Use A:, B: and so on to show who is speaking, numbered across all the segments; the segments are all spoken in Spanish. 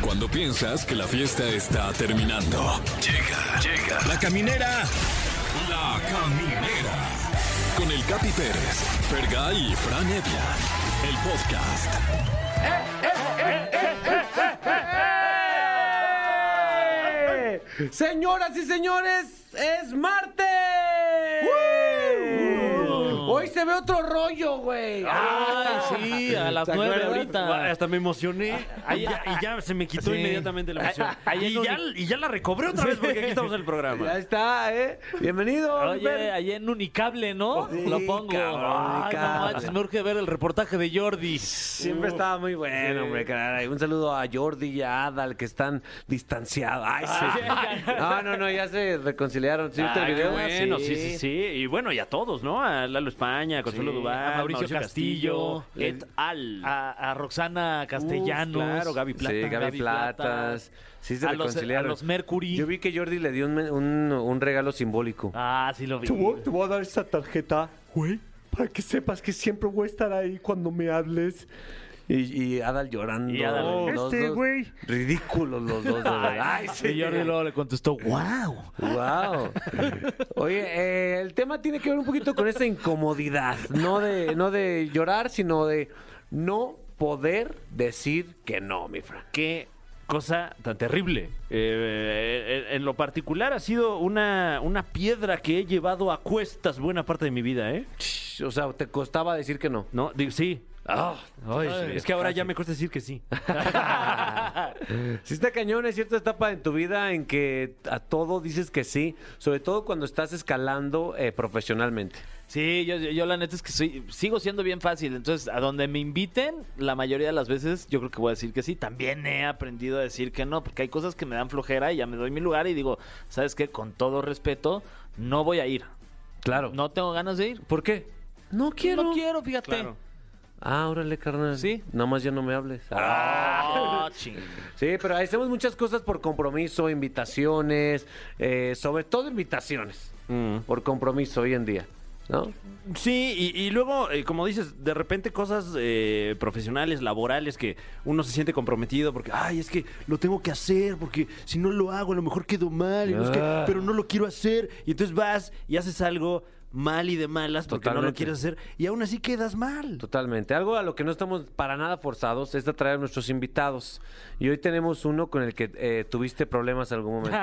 A: Cuando piensas que la fiesta está terminando. Llega, llega. La caminera. La caminera. Con el Capi Pérez, Fergay y Fran Evia. El podcast.
B: Señoras y señores, es martes. Hoy se ve otro rollo, güey.
C: Ay, sí, a las
B: ¿Se
C: nueve
B: acuerdan?
C: ahorita. Ah,
D: Hasta me emocioné y ya, y ya se me quitó
C: Sí.
D: inmediatamente la emoción.
C: A- ayer
D: y,
C: lo
D: ya, y ya la recobré otra vez porque aquí estamos en el
B: Ya
D: programa.
B: está, ¿eh? Bienvenido.
C: Oye,
B: Fer.
C: ayer en Unicable,
D: Oh,
C: ¿no?
B: Sí,
C: Lo pongo.
B: cabrón,
C: Ay, no
B: Unicable.
C: manches, me urge ver el reportaje de Jordi.
B: Siempre estaba muy bueno, hombre, caray. Un saludo a Jordi y a Adal que están distanciados. Ay, sí.
C: Ah.
B: No, no, no, ya se reconciliaron. ¿Sí viste
D: Ah,
B: el
D: qué
B: video?
D: bueno, sí. sí, sí, Y bueno, y a todos, ¿no? A Lalo España, a Consuelo
C: Sí,
D: Duval,
C: a Mauricio Castillo,
D: et al.
C: A, a Roxana Castellanos.
D: Uf, claro, Gaby Plata.
B: Sí, Gaby, Platas. Sí, se
C: a, los, a
B: reconciliaron.
C: los Mercury.
B: Yo vi que Jordi le dio un, un- un regalo simbólico.
C: Ah, sí lo vi.
E: Te voy, te voy a dar esta tarjeta, güey, para que sepas que siempre voy a estar ahí cuando me hables.
B: Y, y Adal llorando.
D: Y Adal,
B: los
E: "Este
B: dos
E: güey".
B: Ridículos los dos, de verdad. Ay, sí.
C: Y Jordi luego le contestó, wow.
B: Wow. Oye, eh, el tema tiene que ver un poquito con esa incomodidad, no de, no de llorar, sino de no poder decir que no, mi Fran.
D: qué cosa tan terrible. Eh, en- en lo particular ha sido una, una piedra que he llevado a cuestas buena parte de mi vida, ¿eh?
B: Ch, O sea, te costaba decir que no.
D: No, digo, sí. Ah, ay,
C: Ay,
D: es que ahora ya me cuesta decir que sí.
B: Si está cañón, es cierta etapa en tu vida en que a todo dices que sí, sobre todo cuando estás escalando eh, profesionalmente.
C: Sí, yo, yo- yo la neta es que soy, sigo siendo bien fácil. Entonces, a donde me inviten, la mayoría de las veces yo creo que voy a decir que sí. También he aprendido a decir que no, porque hay cosas que me dan flojera y ya me doy mi lugar y digo, ¿sabes qué? Con todo respeto, no voy a ir.
B: Claro.
C: No tengo ganas de ir.
B: ¿Por qué? No quiero.
C: No quiero, fíjate.
D: Claro.
B: Ah, órale, carnal.
C: Sí.
B: Nada más ya no me hables.
C: Ah, ching.
B: Sí, pero hacemos muchas cosas por compromiso, invitaciones, eh, sobre todo invitaciones, por compromiso hoy en día, ¿no?
D: Sí, y, y luego, eh, como dices, de repente cosas eh, profesionales, laborales, que uno se siente comprometido porque, ay, es que lo tengo que hacer, porque si no lo hago a lo mejor quedo mal, y no sé qué,
B: Ah.
D: pero no lo quiero hacer. Y entonces vas y haces algo mal y de malas porque no lo
B: Totalmente.
D: quieres hacer y aún así quedas mal.
B: Totalmente. Algo a lo que no estamos para nada forzados es atraer a nuestros invitados. Y hoy tenemos uno con el que eh, tuviste problemas en algún momento.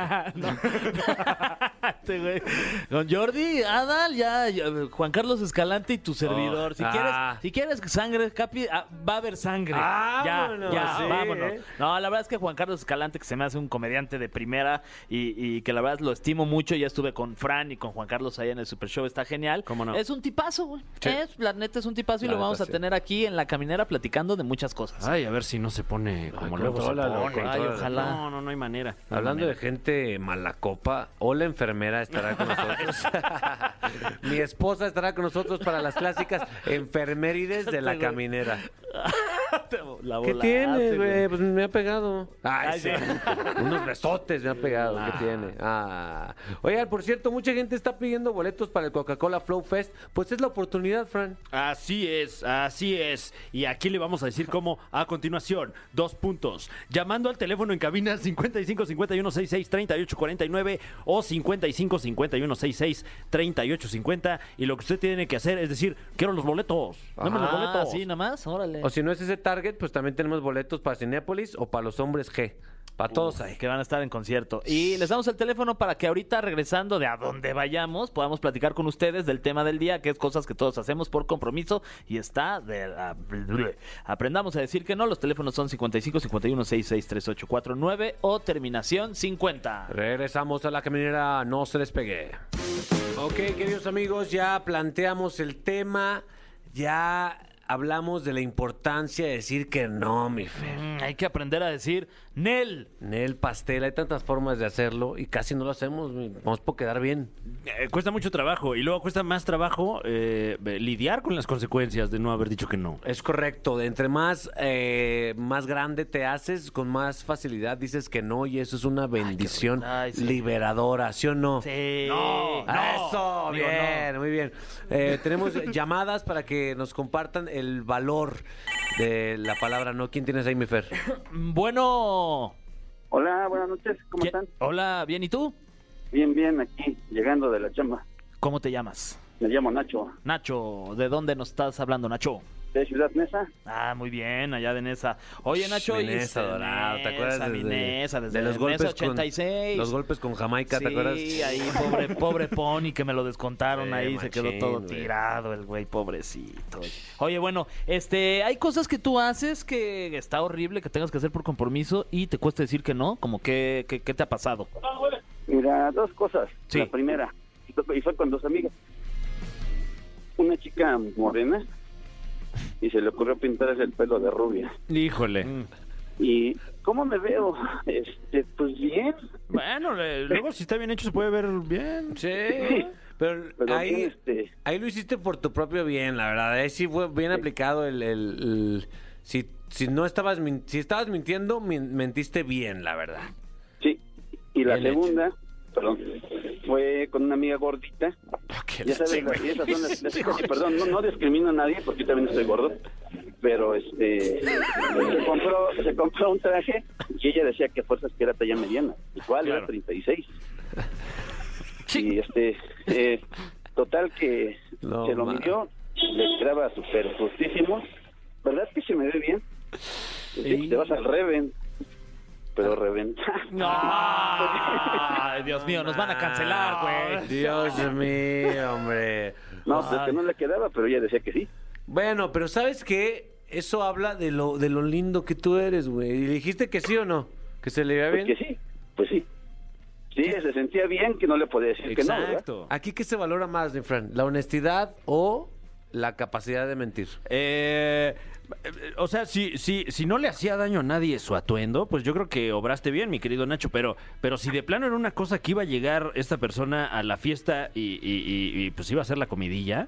C: Este güey. Don Jordi, Adal, ya, ya, Juan Carlos Escalante y tu servidor. Si
B: ah.
C: quieres, si quieres sangre, Capi, ah, va a haber sangre.
B: Vámonos,
C: ya, ya,
B: sí,
C: vámonos.
B: ¿eh?
C: No, la verdad es que Juan Carlos Escalante, que se me hace un comediante de primera y, y que la verdad lo estimo mucho. Ya estuve con Fran y con Juan Carlos allá en el Super Show, está genial.
D: ¿Cómo no?
C: Es un tipazo, güey. Es, la neta es un tipazo y
B: La
C: lo vamos
B: neta,
C: a
B: sí.
C: tener aquí en la caminera platicando de muchas cosas.
D: Ay, a ver si no se pone como luego se
B: contrólalo,
D: pone.
C: Ay,
B: contrólalo.
C: ojalá.
D: No, no, no hay manera. No hay
B: Hablando de
D: manera.
B: gente mala copa, hola enfermera estará con nosotros. Mi esposa estará con nosotros para las clásicas enfermerides de la caminera.
C: La
B: ¿Qué
C: volaste,
B: tiene, güey? Pues me ha pegado. Ay,
C: Ay,
B: sí. Unos besotes me ha pegado. ¿Qué tiene? Ah. Oigan, por cierto, mucha gente está pidiendo boletos para el Coca-Cola Flow Fest. Pues es la oportunidad, Fran.
D: Así es, así es. Y aquí le vamos a decir cómo a continuación. Dos puntos. Llamando al teléfono en cabina 55 51 66 38 49 o 55 51 66 38 50. Y lo que usted tiene que hacer es decir, quiero los boletos. Dame los
C: Ah,
D: boletos.
C: sí, nada más, órale.
B: O si no es ese Target, pues también tenemos boletos para Cinépolis o para los hombres G. Para todos ahí.
C: que van a estar en concierto. Y les damos el teléfono para que ahorita regresando de a donde vayamos podamos platicar con ustedes del tema del día, que es cosas que todos hacemos por compromiso y está de la- aprendamos a decir que no. Los teléfonos son 55 51 66 38 49 o terminación 50.
B: Regresamos a la caminera, no se despegue. Ok, queridos amigos, ya planteamos el tema, ya hablamos de la importancia de decir que no, mi Fer.
C: Mm, hay que aprender a decir Nel.
B: Nel, pastel, hay tantas formas de hacerlo y casi no lo hacemos. mi- Vamos por quedar bien.
D: Eh, cuesta mucho trabajo. Y luego cuesta más trabajo eh, lidiar con las consecuencias de no haber dicho que no.
B: Es correcto, de entre más, eh, más grande te haces, con más facilidad dices que no y eso es una bendición
C: Ay, sí.
B: liberadora, ¿sí o no?
C: Sí.
B: Ah, Eso,
C: Digo,
B: bien, muy bien. Eh, tenemos llamadas para que nos compartan el valor de la palabra no. ¿Quién tienes ahí, mi Fer?
C: no. Bueno.
F: Hola, buenas noches, ¿cómo
C: ¿Qui-
F: están?
C: Hola, bien, ¿y tú?
F: Bien, bien, aquí, llegando de la chamba.
C: ¿Cómo te llamas?
F: Me llamo Nacho,
C: Nacho, ¿de dónde nos estás hablando, Nacho?
F: de Ciudad Mesa.
C: Ah, muy bien, allá de Nesa. Oye, Nacho, y
B: Minesa,
C: este,
B: Dorado, ¿te acuerdas?
C: Nesa, mi
B: desde-
C: Nesa, desde
B: de los
C: Nesa
B: golpes
C: 86.
B: con los golpes con Jamaica, ¿te acuerdas?
C: Sí, ahí pobre, pobre Pony que me lo descontaron
B: Sí,
C: ahí, se quedó
B: machín,
C: todo
B: güey.
C: tirado el güey, pobrecito. Oye, bueno, este, hay cosas que tú haces que está horrible que tengas que hacer por compromiso y te cuesta decir que no, como que, que- ¿qué te ha pasado?
F: Mira, dos cosas.
C: Sí.
F: La primera, y fue- y fue con dos amigas. Una chica morena y se le ocurrió pintarse el pelo de rubia.
D: Híjole.
C: Mm.
F: ¿Y cómo me veo? Este, pues bien.
D: Bueno, le- luego si está bien hecho se puede ver bien.
B: Sí, pero,
F: Pero bien,
B: ahí,
F: este,
B: ahí lo hiciste por tu propio bien, la verdad. Ahí sí fue bien aplicado el... el- el- si, si no estabas, min- si estabas mintiendo, min- mentiste bien, la verdad.
F: sí. Y la
B: Bien hecho.
F: segunda, perdón, fue con una amiga gordita.
B: Ah,
F: Ya sabes, las- esas son las, las- perdón, no, no discrimino a nadie porque yo también estoy gordo, pero este se compró, se compró un traje y ella decía que fuerzas que era talla mediana, igual era 36. Y este eh, total que
B: No,
F: se lo
B: ma.
F: midió, le quedaba súper justísimo. ¿Verdad que se me ve bien? Sí, te vas al Reven,
B: Ah.
F: pero reventar.
C: No. Ay, Dios mío, nos van a cancelar, güey.
B: Dios mío, hombre.
F: Ah, No, pues que no le quedaba, pero ella decía que sí.
B: Bueno, pero ¿sabes qué? Eso habla de lo, de lo lindo que tú eres, güey. ¿Y le dijiste que sí o no? ¿Que se le vea
F: Pues
B: bien?
F: que sí, pues sí. Sí, se sentía bien que no le podía decir que no, ¿verdad?
D: Exacto.
B: ¿Aquí qué se valora más, mi Fran? ¿La honestidad o la capacidad de mentir?
D: Eh, eh, o sea, si, si, si no le hacía daño a nadie su atuendo, pues yo creo que obraste bien, mi querido Nacho. Pero, pero si de plano era una cosa que iba a llegar esta persona a la fiesta y, y- y- y, pues iba a hacer la comidilla,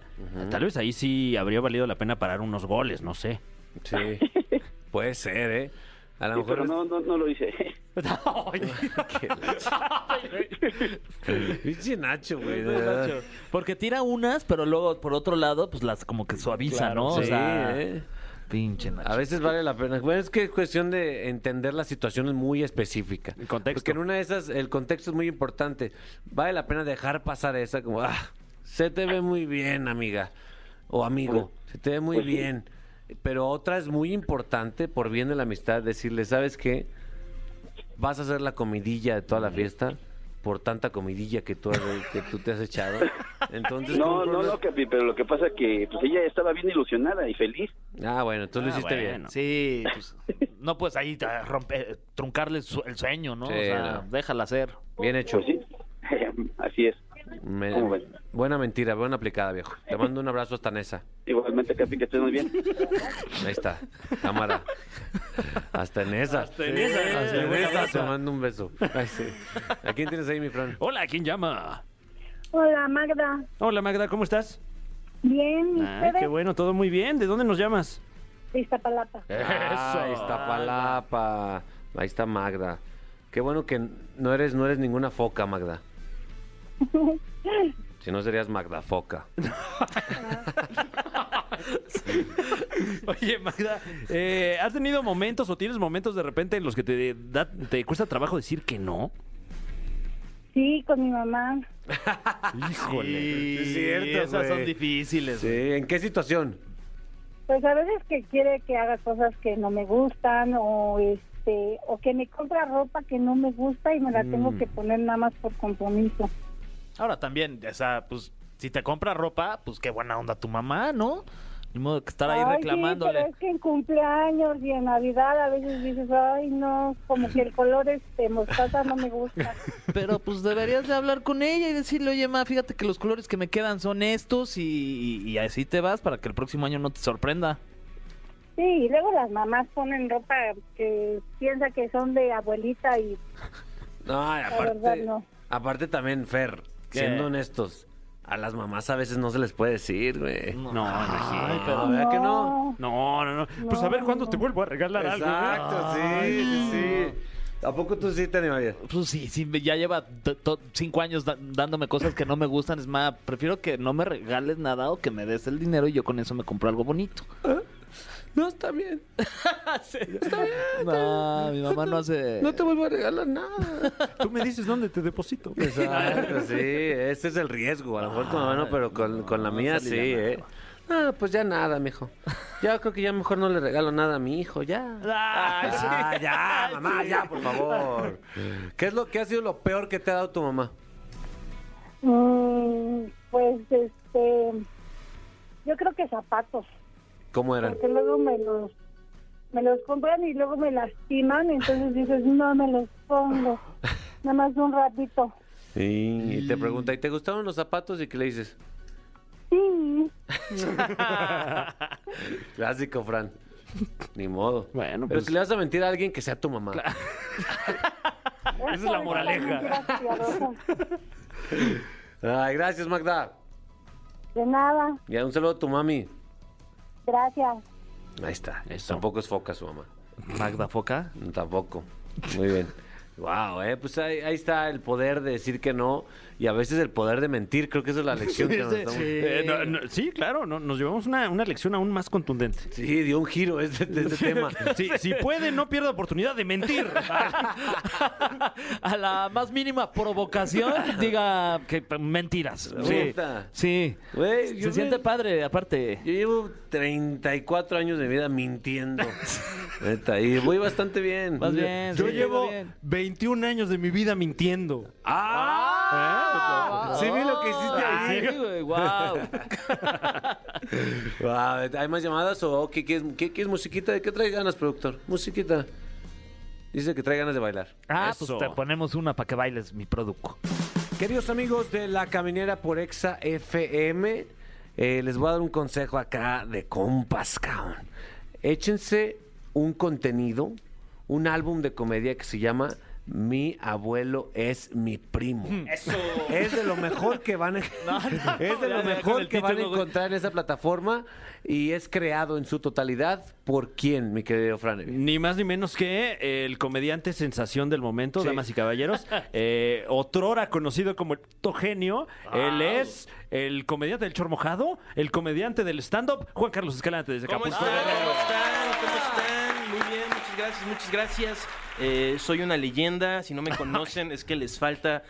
D: tal vez ahí sí habría valido la pena parar unos goles, no sé.
B: Sí. Puede ser, ¿eh? A lo
F: Sí,
B: mejor...
F: pero
B: es-
F: no, no, no lo hice.
B: Pinche Nacho,
D: Eh.
B: güey. de verdad.
C: Porque tira unas, pero luego por otro lado, pues las como que suaviza, ¿no? O
B: Sí,
C: sea,
B: ¿eh?
C: pinche Nacho.
B: A veces vale la pena. Bueno, es que es cuestión de entender la situación es muy específica.
D: El contexto.
B: Porque en una de esas, el contexto es muy importante. Vale la pena dejar pasar esa, como, ah, se te ve muy bien, amiga. O amigo, se te ve muy
F: Pues sí.
B: bien. Pero otra es muy importante, por bien de la amistad, decirle, ¿sabes qué? Vas a hacer la comidilla de toda la fiesta por tanta comidilla que tú, has- que tú te has echado. Entonces,
F: No,
B: compra
F: no,
B: una-
F: no, Capi, pero lo que pasa es que pues, ella estaba bien ilusionada y feliz.
B: Ah, bueno, tú lo
D: Ah,
B: hiciste bien.
D: bueno.
C: Sí, pues, no puedes ahí eh, romper, truncarle su- el sueño, ¿no?
B: Sí,
C: o sea,
B: no.
C: déjala hacer.
B: Bien hecho.
F: Pues sí, así es.
B: Me-
F: ¿Cómo ven?
B: buena mentira, buena aplicada, viejo. Te mando un abrazo hasta Nesa.
F: Igualmente, Capi, que estés muy bien.
B: Ahí está, cámara. Hasta Nesa. Hasta
D: en esa, eh.
B: en
D: Buen
B: esa.
D: abrazo.
B: Te mando un beso. Ay, sí. ¿A quién tienes ahí, mi Fran?
D: Hola, ¿quién llama?
G: Hola, Magda.
D: Hola, Magda, ¿cómo estás?
G: Bien, ¿y
D: Ay, qué
G: ustedes?
D: bueno, todo muy bien. ¿De dónde nos llamas?
G: De Iztapalapa.
B: Ahí está Palapa. Ahí está Magda. Qué bueno que no eres, no eres ninguna foca, Magda. Si no serías Magda Foca.
D: Oye, Magda, eh, ¿has tenido momentos o tienes momentos de repente en los que te, da- te cuesta trabajo decir que no?
G: Sí, con mi mamá.
C: Sí,
B: es cierto,
C: esas son
B: güey.
C: difíciles.
B: Sí,
C: güey.
B: ¿en qué situación?
G: Pues a veces que quiere que haga cosas que no me gustan o este o que me compra ropa que no me gusta y me la
D: Mm.
G: tengo que poner nada más por compromiso.
C: Ahora también, o sea, pues si te compra ropa, pues qué buena onda tu mamá, ¿no? Ni modo que estar ahí
G: Ay, sí,
C: reclamándole.
G: pero es que en cumpleaños y en Navidad a veces dices, ay, no, como que el color este mostaza no me gusta.
C: Pero pues deberías de hablar con ella y decirle, oye, ma, fíjate que los colores que me quedan son estos y, y- y así te vas para que el próximo año no te sorprenda.
G: Sí, y luego las mamás ponen ropa que piensa que son de abuelita y
B: No,
G: verdad,
B: aparte,
G: no.
B: aparte también, Fer, siendo honestos, a las mamás a veces no se les puede decir, güey.
D: No, imagínate.
B: Ay, pero Ah, ¿verdad que no?
D: No, no, no. Pues a ver cuándo te vuelvo a regalar algo. ¿no?
B: Exacto, sí, sí, sí. ¿A poco tú sí te animarías?
C: Pues sí, sí, ya lleva to- to- cinco años da- dándome cosas que no me gustan. Es más, prefiero que no me regales nada o que me des el dinero y yo con eso me compro algo bonito.
B: No, está bien.
C: No, mi mamá no hace.
B: No te vuelvo a regalar nada.
D: Tú me dices dónde te deposito.
B: Exacto, sí. Ese es el riesgo. A lo mejor con la mano, pero con, con la mía sí, ¿eh? Ah, pues ya nada, mijo. Ya creo que ya mejor no le regalo nada a mi hijo, ya.
C: Ay, sí.
B: Ah, ya, mamá, ya, por favor. ¿Qué es lo que ha sido lo peor que te ha dado tu mamá?
G: Mm, pues este, yo creo que zapatos,
B: ¿Cómo eran?
G: porque luego me los, me los compran y luego me lastiman, entonces dices, no me los pongo, nada más un ratito.
B: Y te pregunta, ¿y te gustaron los zapatos? ¿Y qué le dices?
G: Sí,
B: Clásico, Fran. Ni modo.
D: Bueno,
B: Pero
D: pues-
B: si le vas a mentir a alguien que sea tu mamá.
G: esa
D: es la moraleja.
B: Ay, gracias, Magda.
G: De nada,
B: Ya un saludo a tu mami.
G: gracias.
B: Ahí está.
D: Eso.
B: Tampoco es foca su mamá.
C: Magda Foca.
B: Tampoco. Muy bien. Wow, eh, pues ahí, ahí está el poder de decir que no y a veces el poder de mentir. Creo que esa es la lección que nos
D: Ese-
B: estamos...
D: eh, no, no, sí, claro, no, nos llevamos una, una lección aún más contundente.
B: Sí, dio un giro este, este tema.
D: Sí, si puede, no pierda oportunidad de mentir.
C: A la más mínima provocación, diga que mentiras. Sí.
B: Puta.
C: Sí.
B: Güey, yo
C: Se
B: me-
C: siente padre, aparte.
B: Yo llevo 34 años de mi vida mintiendo. Neta, y voy bastante bien.
C: Vas bien.
D: Yo
C: sí,
D: llevo
C: bien.
D: 21 años de mi vida mintiendo.
B: ¡Ah! Sí vi lo que hiciste ahí.
C: Ay, Ah, güey, guau.
B: Wow, ¿eh, ¿Hay más llamadas o qué quieres, qué quieres musiquita? ¿De qué traes ganas, productor? Musiquita. Dice que trae ganas de bailar.
C: Ah,
D: Eso.
C: pues te ponemos una para que bailes mi producto.
B: Queridos amigos de La Caminera por Exa FM, eh, les voy a dar un consejo acá de compas, cabrón. Échense un contenido, un álbum de comedia que se llama Mi abuelo es mi primo.
C: Hmm.
B: Eso. Es de lo mejor que van a, es de
C: ya,
B: lo
C: ya, con
B: mejor
C: el
B: que van a
C: título, güey.
B: encontrar en esa plataforma y es creado en su totalidad por quién, mi querido Fran.
D: Ni más ni menos que el comediante sensación del momento,
B: Sí.
D: damas y caballeros. Eh, otrora conocido como el puto genio. Él es el comediante del chor mojado, el comediante del stand-up, Juan Carlos Escalante desde
H: ¿Cómo
D: Acapulco.
H: están? ¿Cómo están? ¿Cómo están? Muy bien, muchas gracias, muchas gracias. Eh, soy una leyenda, si no me conocen es que les falta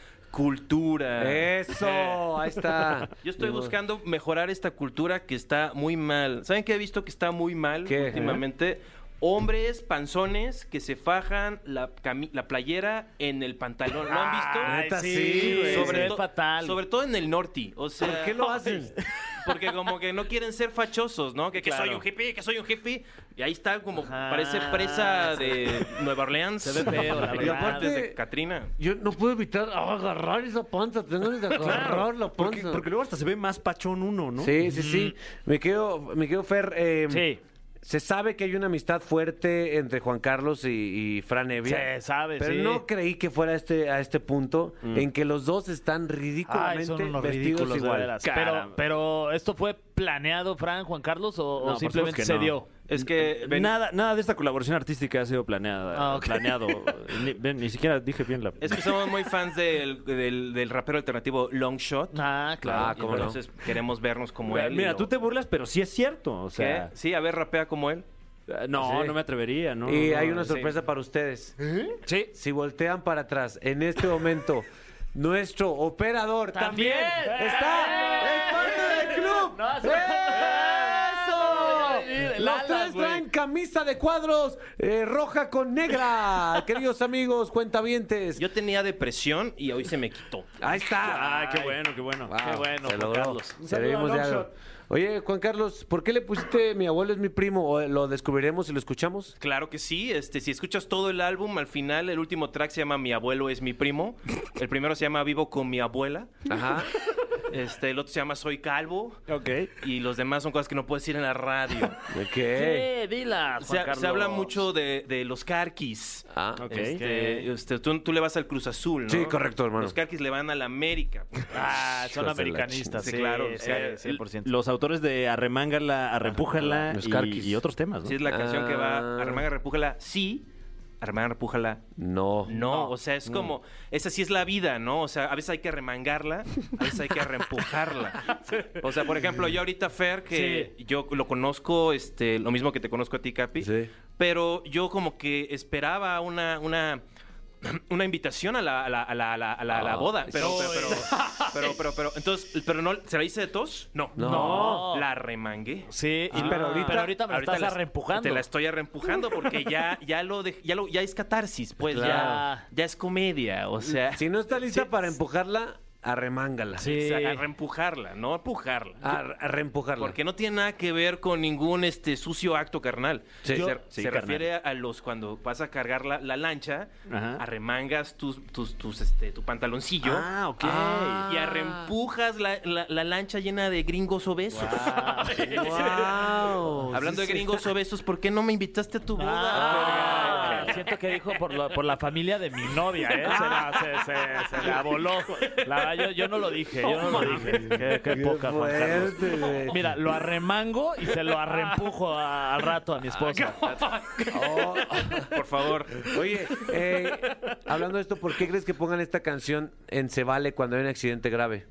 H: cultura.
B: Eso, ahí está.
H: Yo estoy
B: Ni modo.
H: buscando mejorar esta cultura que está muy mal. ¿Saben qué he visto que está muy mal
B: ¿Qué?
H: últimamente? Hombres panzones que se fajan la, cami- la playera en el pantalón. ¿Lo han visto?
B: Ah,
C: Ah,
B: neta, sí, güey.
C: Se ve
H: to-
C: fatal.
H: sobre todo en el norte. O sea,
B: ¿Por qué lo hacen?
H: porque como que no quieren ser fachosos, ¿no? Que, que soy un hippie, que soy un hippie. Y ahí está como, parece presa de Nueva Orleans. Se ve feo,
C: la
H: Y
C: verdad.
H: aparte de Katrina.
B: Yo no puedo evitar ah, agarrar esa panza, tengo que agarrar la panza.
D: Porque, porque luego hasta se ve más pachón uno, ¿no? Mm.
B: Sí, sí, sí. Me quedo, me quedo Fer. eh,
C: Sí.
B: Se sabe que hay una amistad fuerte entre Juan Carlos y, y Fran Evia.
C: Se sabe,
B: Pero
C: sí.
B: no creí que fuera a este, a este punto
D: Mm.
B: en que los dos están ridículamente
C: Ay, Ah,
D: Ah,
C: son unos
B: vestidos
C: ridículos de
B: igual.
C: veras.
D: Caramba.
C: Pero, pero esto fue planeado, Fran, Juan Carlos, o, o
D: No, por
C: simplemente
D: supuesto
C: se
D: que no.
C: dio.
H: Es que... ven-
D: Nada, nada de esta colaboración artística ha sido planeada.
C: eh, Ah, ok.
D: Planeado. ni, ven, ni siquiera dije bien la.
H: Es que somos muy fans del, del, del rapero alternativo Longshot.
C: Ah,
B: Ah,
C: claro.
H: Y
B: cómo no.
H: Entonces queremos vernos como él. y
D: Mira,
H: lo-
D: tú te burlas, pero sí es cierto. O
H: ¿Qué?
D: sea,
H: Sí, a ver, rapea como él.
D: no,
B: Sí.
D: no me atrevería, ¿no?
B: y
D: no,
B: hay
D: no.
B: una
H: sí.
B: sorpresa para ustedes.
E: ¿Eh?
C: Sí.
B: Si voltean para atrás en este momento, nuestro operador también,
C: ¡También!
B: está.
C: ¡Eh!
B: ¡Es parte del club!
C: No, eso-
B: ¡Eso!
C: El
B: Los
C: Alas,
B: tres
C: güey.
B: traen camisa de cuadros eh, roja con negra. Queridos amigos, cuentavientes.
H: Yo tenía depresión y hoy se me quitó.
B: Ahí está.
D: Ay,
C: Ah,
D: qué bueno, qué bueno.
B: Wow,
C: bueno,
B: se
C: Juan
B: logró.
C: Carlos.
E: Un saludo
B: Servimos
E: a
B: de algo.
E: Longshot.
B: Oye, Juan Carlos, ¿por qué le pusiste mi abuelo es mi primo? ¿O ¿Lo descubriremos y lo escuchamos?
H: Claro que sí, este, si escuchas todo el álbum, al final el último track se llama Mi abuelo es mi primo, el primero se llama Vivo con mi abuela,
B: Ajá.
H: este, el otro se llama Soy calvo
D: Ok.
H: y los demás son cosas que no puedes decir en la radio.
B: Ok.
C: Sí, dilas,
H: Se,
C: Juan Carlos.
H: se habla mucho de, de los carquis.
B: Ah,
D: Ok.
H: Este, este, tú, tú le vas al Cruz Azul, ¿no?
B: Sí, correcto, hermano.
H: Los carquis le van al América.
C: Ah,
B: Hijos de
C: son
B: la
C: americanistas,
H: chingada.
C: sí,
H: Sí, claro,
C: claro. Sí,
H: eh,
C: 100%.
D: Los autores de Arremángala, Arrempújala
B: Los
D: y,
B: Carquis.
D: y otros temas, ¿no?
H: Sí, es la canción que
B: Ah.
H: va Armanga Repújala, sí, Armar, pújala.
B: No. Mm.
H: No, o sea, es como, esa sí es la vida, ¿no? O sea, a veces hay que remangarla, a veces hay que reempujarla. O sea, por ejemplo, yo ahorita, Fer, que yo lo conozco, este, lo mismo que te conozco a ti, Capi,
B: Sí.
H: pero yo como que esperaba una, una, una invitación a la, a la, a la, a la, a la- a la
B: Ah,
H: boda. Pero,
B: sí.
H: pero, pero, pero, pero, pero, entonces, pero no, ¿se la hice de tos? No.
B: No.
H: La remangué.
C: Sí, y-
H: Ah.
C: pero, ahorita, pero ahorita me la estás
H: la-
C: arreempujando.
H: Te la estoy arreempujando porque ya, ya, lo de- ya, lo, ya es catarsis, pues
C: Claro.
H: ya, ya es comedia, o sea,
B: Si no está lista para empujarla, arremángala. Ah,
H: o
C: Sí.
H: sea, arreempujarla, no empujarla.
B: Ar- Arreempujarla.
H: Porque no tiene nada que ver con ningún este sucio acto carnal.
B: Sí.
H: se
B: Yo-
H: se
D: sí, carnal.
H: refiere a los cuando vas a cargar la, la lancha,
D: Ajá.
H: arremangas tus, tus, tus, este, tu pantaloncillo.
D: Ah, ok.
H: Y arreempujas la, la- la lancha llena de gringos obesos.
B: Wow.
H: Hablando de gringos obesos, ¿por qué no me invitaste a tu boda?
C: Ah, siento que dijo por, lo- por la familia de mi novia, ¿eh? Se la, se, se- se la voló. La- yo, yo no lo dije, yo no lo dije. Qué, qué poca, Juan Carlos.
B: fuerte, güey.
C: Mira, lo arremango y se lo arreempujo a- al rato a mi esposa.
B: Oh,
H: Por favor.
B: Oye, eh, hablando de esto, ¿por qué crees que pongan esta canción en Se Vale cuando hay un accidente grave?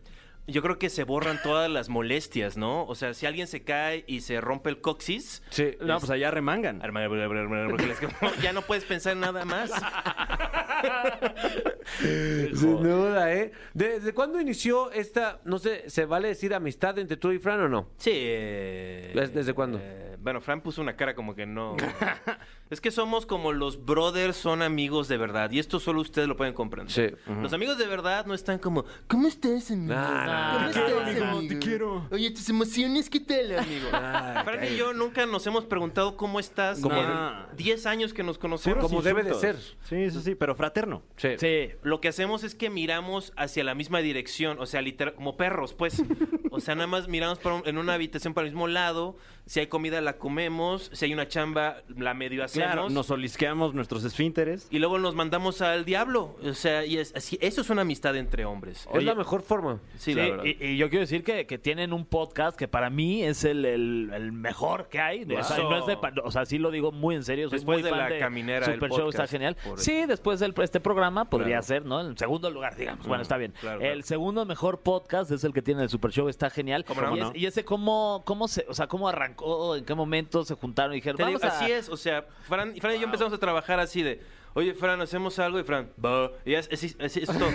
H: Yo creo que se borran todas las molestias, ¿no? O sea, si alguien se cae y se rompe el coxis,
B: Sí.
D: No, pues allá remangan.
H: ya no puedes pensar en nada más.
B: Sin duda, ¿eh? ¿Desde cuándo inició esta, no sé, se vale decir amistad entre tú y Fran o no?
H: Sí. eh,
B: ¿Des- desde cuándo?
H: eh, bueno, Fran puso una cara como que no. es que somos como los brothers son amigos de verdad. Y esto solo ustedes lo pueden comprender.
B: Sí.
H: Los amigos de verdad no están como, ¿cómo estás, amigo?
B: Ah,
H: ¿Cómo
D: este
B: no,
H: estás,
B: no,
H: amigo?
D: Te quiero.
H: Oye, tus emociones, ¿qué tal, amigo?
B: Ah,
H: Fran y yo nunca nos hemos preguntado cómo estás
D: Como-
H: en 10 años que nos conocemos.
B: Como debe de ser.
D: Sí, eso sí, pero fraterno.
B: Sí.
C: Sí.
H: Lo que hacemos es que miramos hacia la misma dirección, o sea, literal, como perros, pues. O sea, nada más miramos para un- en una habitación para el mismo lado. Si hay comida, la comemos. Si hay una chamba, la medio hacemos.
D: Claro, nos olisqueamos nuestros esfínteres.
H: Y luego nos mandamos al diablo. O sea, y es así. Eso es una amistad entre hombres.
B: Es la mejor forma.
H: Sí,
C: Sí,
H: la verdad.
C: y, y yo quiero decir que, que tienen un podcast que para mí es el, el- el mejor que hay. O sea,
H: Eso.
C: no es de pa- o sea, sí lo digo muy en serio. soy
H: Después
C: muy
H: de
C: fan
H: La Caminera, el
C: Super Show está
H: podcast,
C: genial.
H: por-
C: Sí, después de este programa podría ser, ¿no? En segundo lugar, digamos. Bueno, está bien.
H: Mm, claro, claro.
C: El segundo mejor podcast es el que tiene el Super Show, está genial.
H: ¿Cómo no?
C: y, es- y ese cómo, cómo se, o sea, cómo arrancó, en qué momento se juntaron y dijeron,
H: Te digo,
C: vamos a-
H: así es, o sea, Fran, Fran y yo empezamos a trabajar así de, oye, Fran, hacemos algo y Fran, va, y ya es, es- es- es todo.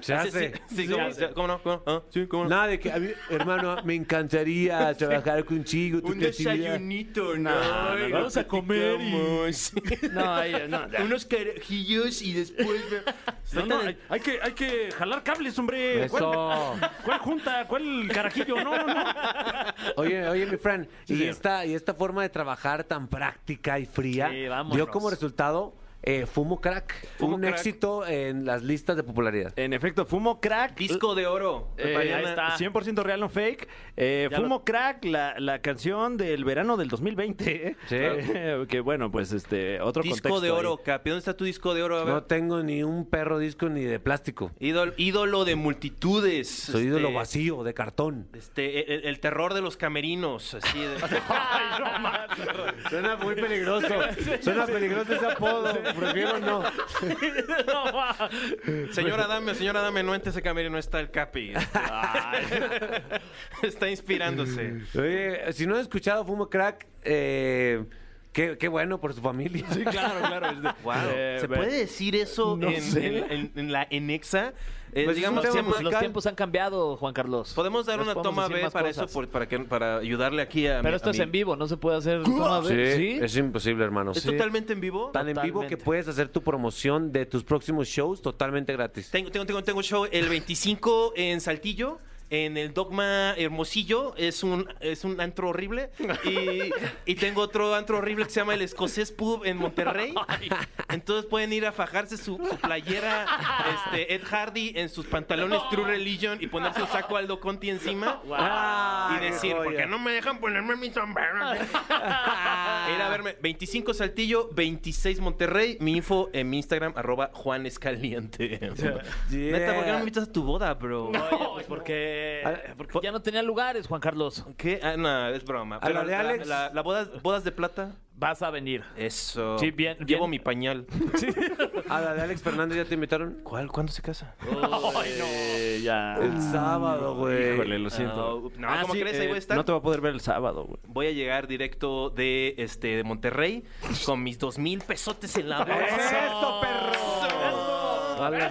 B: Se
H: Así,
B: hace.
H: Sí, sí, ¿cómo, ¿cómo no? ¿Cómo no? Ah, sí, ¿cómo no?
B: Nada de que, a mí, hermano, me encantaría trabajar contigo. tu
H: Un
B: creatividad.
H: desayunito, ¿no?
D: no,
H: Y
D: no,
H: lo
C: vamos a comer y-
H: platicamos.
D: No, ahí- no, ya.
H: Unos carajillos y después... ve-
D: No,
H: Soy
D: no,
H: tan-
D: hay, hay que, hay que jalar cables, hombre.
B: Eso.
D: ¿Cuál, cuál junta? ¿Cuál carajillo? No, no, no.
B: Oye, oye, mi Fran, y,
D: señor.
B: esta, y esta forma de trabajar tan práctica y fría
C: Sí, vámonos.
B: dio como resultado eh, Fumo Crack,
H: Fumo
B: un
H: Crack. Eh,
B: éxito en las listas de popularidad.
D: En efecto, fumo crack.
H: Disco de oro.
D: Eh,
H: Mañana-
D: ahí está. 100% real, no fake. Eh,
C: Ya
D: Fumo Crack, la, la canción del verano del 2020. ¿eh?
B: Sí.
D: Eh, que bueno, pues este, otro
H: Disco
D: contexto
H: de
D: ahí.
H: oro, Capi. ¿Dónde está tu disco de oro? A ver.
B: No tengo ni un perro disco ni de plástico.
H: Ídol- ídolo de multitudes.
B: Soy ídolo
H: este,
B: vacío, de cartón.
H: Este, el, el terror de los camerinos, así de...
B: Suena muy peligroso. Suena peligroso ese apodo. Prefiero no.
H: Señora Dame, señora Dame, no entre ese camerino, no está el Capi. está inspirándose.
B: Oye, si no han escuchado Fumo Crack, eh, qué, qué bueno por su familia.
D: Sí, claro, claro. es de- eh,
H: ¿Se
D: bueno.
H: puede decir eso
D: No
H: en,
D: sé.
H: en- en- en la enexa? Eh,
B: Pues es
H: digamos,
B: un
C: Los
B: tema
H: llama-
C: tiempos, los
B: musical.
C: tiempos han cambiado, Juan Carlos.
H: podemos dar
C: Les
H: una
C: podemos
H: toma
C: decir
H: B
C: más
H: para
C: cosas.
H: eso, por- para, que, para ayudarle aquí a mi-
C: Pero esto
H: a
C: es
H: mi-
C: en vivo, no se puede hacer toma B. ¿Sí?
B: es imposible, hermano.
H: ¿Es totalmente en vivo?
B: Tan en vivo que
C: Totalmente.
B: puedes hacer tu promoción de tus próximos shows totalmente gratis.
H: Tengo, tengo, tengo, tengo show el 25 en Saltillo. En el Dogma Hermosillo es un, es un antro horrible. Y, y tengo otro antro horrible que se llama el Escocés Pub en Monterrey. Entonces pueden ir a fajarse su, su playera este, Ed Hardy en sus pantalones True Religion y ponerse un saco Aldo Conti encima. Y decir, ¿por qué no me dejan ponerme mi sombrero? Ir a verme. 25 Saltillo, 26 Monterrey. Mi info en mi Instagram, arroba Juan Escaliente. Neta, ¿por qué no me invitas a tu boda, bro?
C: Oye, pues porque
H: Eh,
B: A-
C: Porque ya no tenía lugares, Juan Carlos.
H: ¿Qué? Ah, no, es broma.
B: A la de Alex.
H: La, la boda- bodas de plata.
C: Vas a venir.
H: Eso.
C: Sí, bien,
H: Llevo
C: bien.
H: mi pañal.
B: A Ah, la de Alex Fernández ya te invitaron.
H: ¿Cuál? ¿Cuándo se casa?
C: Eh, ya.
B: El sábado, güey.
D: Ah,
B: Ah,
D: Híjole, lo siento. Ah, eh,
H: No, no, ¿cómo crees? Ahí voy a estar.
D: No te va a poder ver el sábado, güey.
H: Voy a llegar directo de, este, de Monterrey con mis dos mil pesotes en la bolsa.
E: ¡Eso, perro!
B: Vale.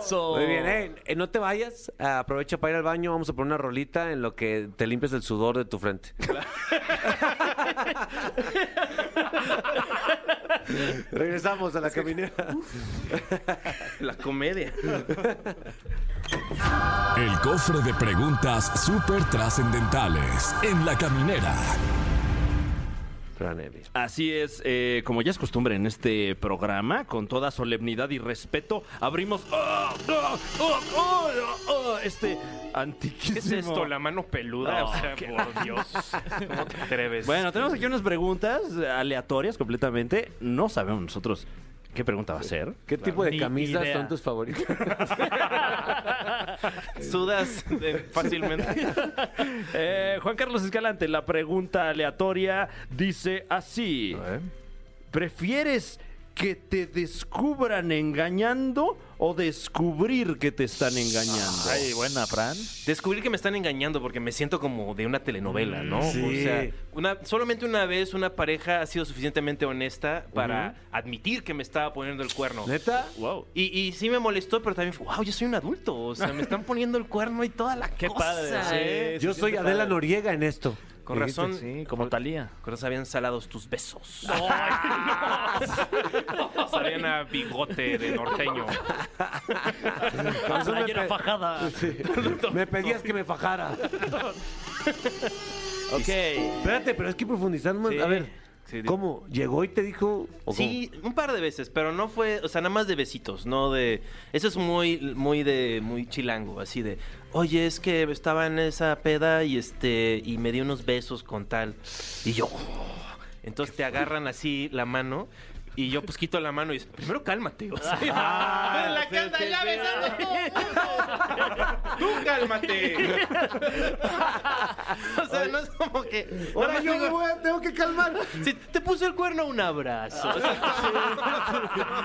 C: Eso.
B: Muy bien, eh, eh, no te vayas, ah, aprovecha para ir al baño, vamos a poner una rolita en lo que te limpias el sudor de tu frente. Regresamos a la caminera.
H: La comedia.
A: El cofre de preguntas súper trascendentales en la caminera.
B: Fran Evia.
D: Así es, eh, como ya es costumbre en este programa, con toda solemnidad y respeto, abrimos ¡Ah! ¡Ah! ¡Ah! ¡Ah! ¡Ah! este antiquísimo.
H: ¿Qué es esto? La mano peluda. o sea, por Dios. ¿Cómo te atreves?
D: Bueno, tenemos aquí unas preguntas aleatorias completamente. No sabemos nosotros qué pregunta va a ser.
B: ¿Qué tipo de
C: Ni
B: camisas
C: idea.
B: son tus favoritas?
H: sudas eh, fácilmente.
D: Eh, Juan Carlos Escalante, la pregunta aleatoria dice así: ¿Prefieres que te descubran engañando o descubrir que te están engañando?
C: Ay, buena, Fran.
H: Descubrir que me están engañando porque me siento como de una telenovela,
C: Mm,
H: ¿no? O sea, una, solamente una vez una pareja ha sido suficientemente honesta para admitir que me estaba poniendo el cuerno.
B: ¿Neta?
D: Wow.
H: Y, y sí me molestó, pero también fue, wow, yo soy un adulto. O sea, me están poniendo el cuerno y toda la
C: Qué
H: cosa.
C: padre, sí.
H: ¿eh?
B: Yo soy Adela Noriega en esto.
H: Con razón.
C: Sí, como Talía.
H: Con razón habían salados tus besos. Sabían a bigote de norteño.
B: Con razón me
C: Ayer era
B: pe-
C: fajada.
B: Me pedías que me fajara.
C: Ok.
B: Espérate, pero es que profundizamos.
H: Sí.
B: A ver,
H: Sí, di-
B: ¿cómo? ¿Llegó y te dijo? o
H: Sí, un par de veces, pero no fue, o sea, nada más de besitos, no de. Eso es muy, muy de, muy chilango, así de. Oye, es que estaba en esa peda y este, y me dio unos besos con tal. Y yo. "Oh". Entonces te agarran así la mano. Y yo pues quito la mano y dice, primero cálmate, o sea, pero la canta ya besando. Tú cálmate. o sea, no es como que. nada más digo,
E: tengo que calmar.
H: si te puso el cuerno, un abrazo.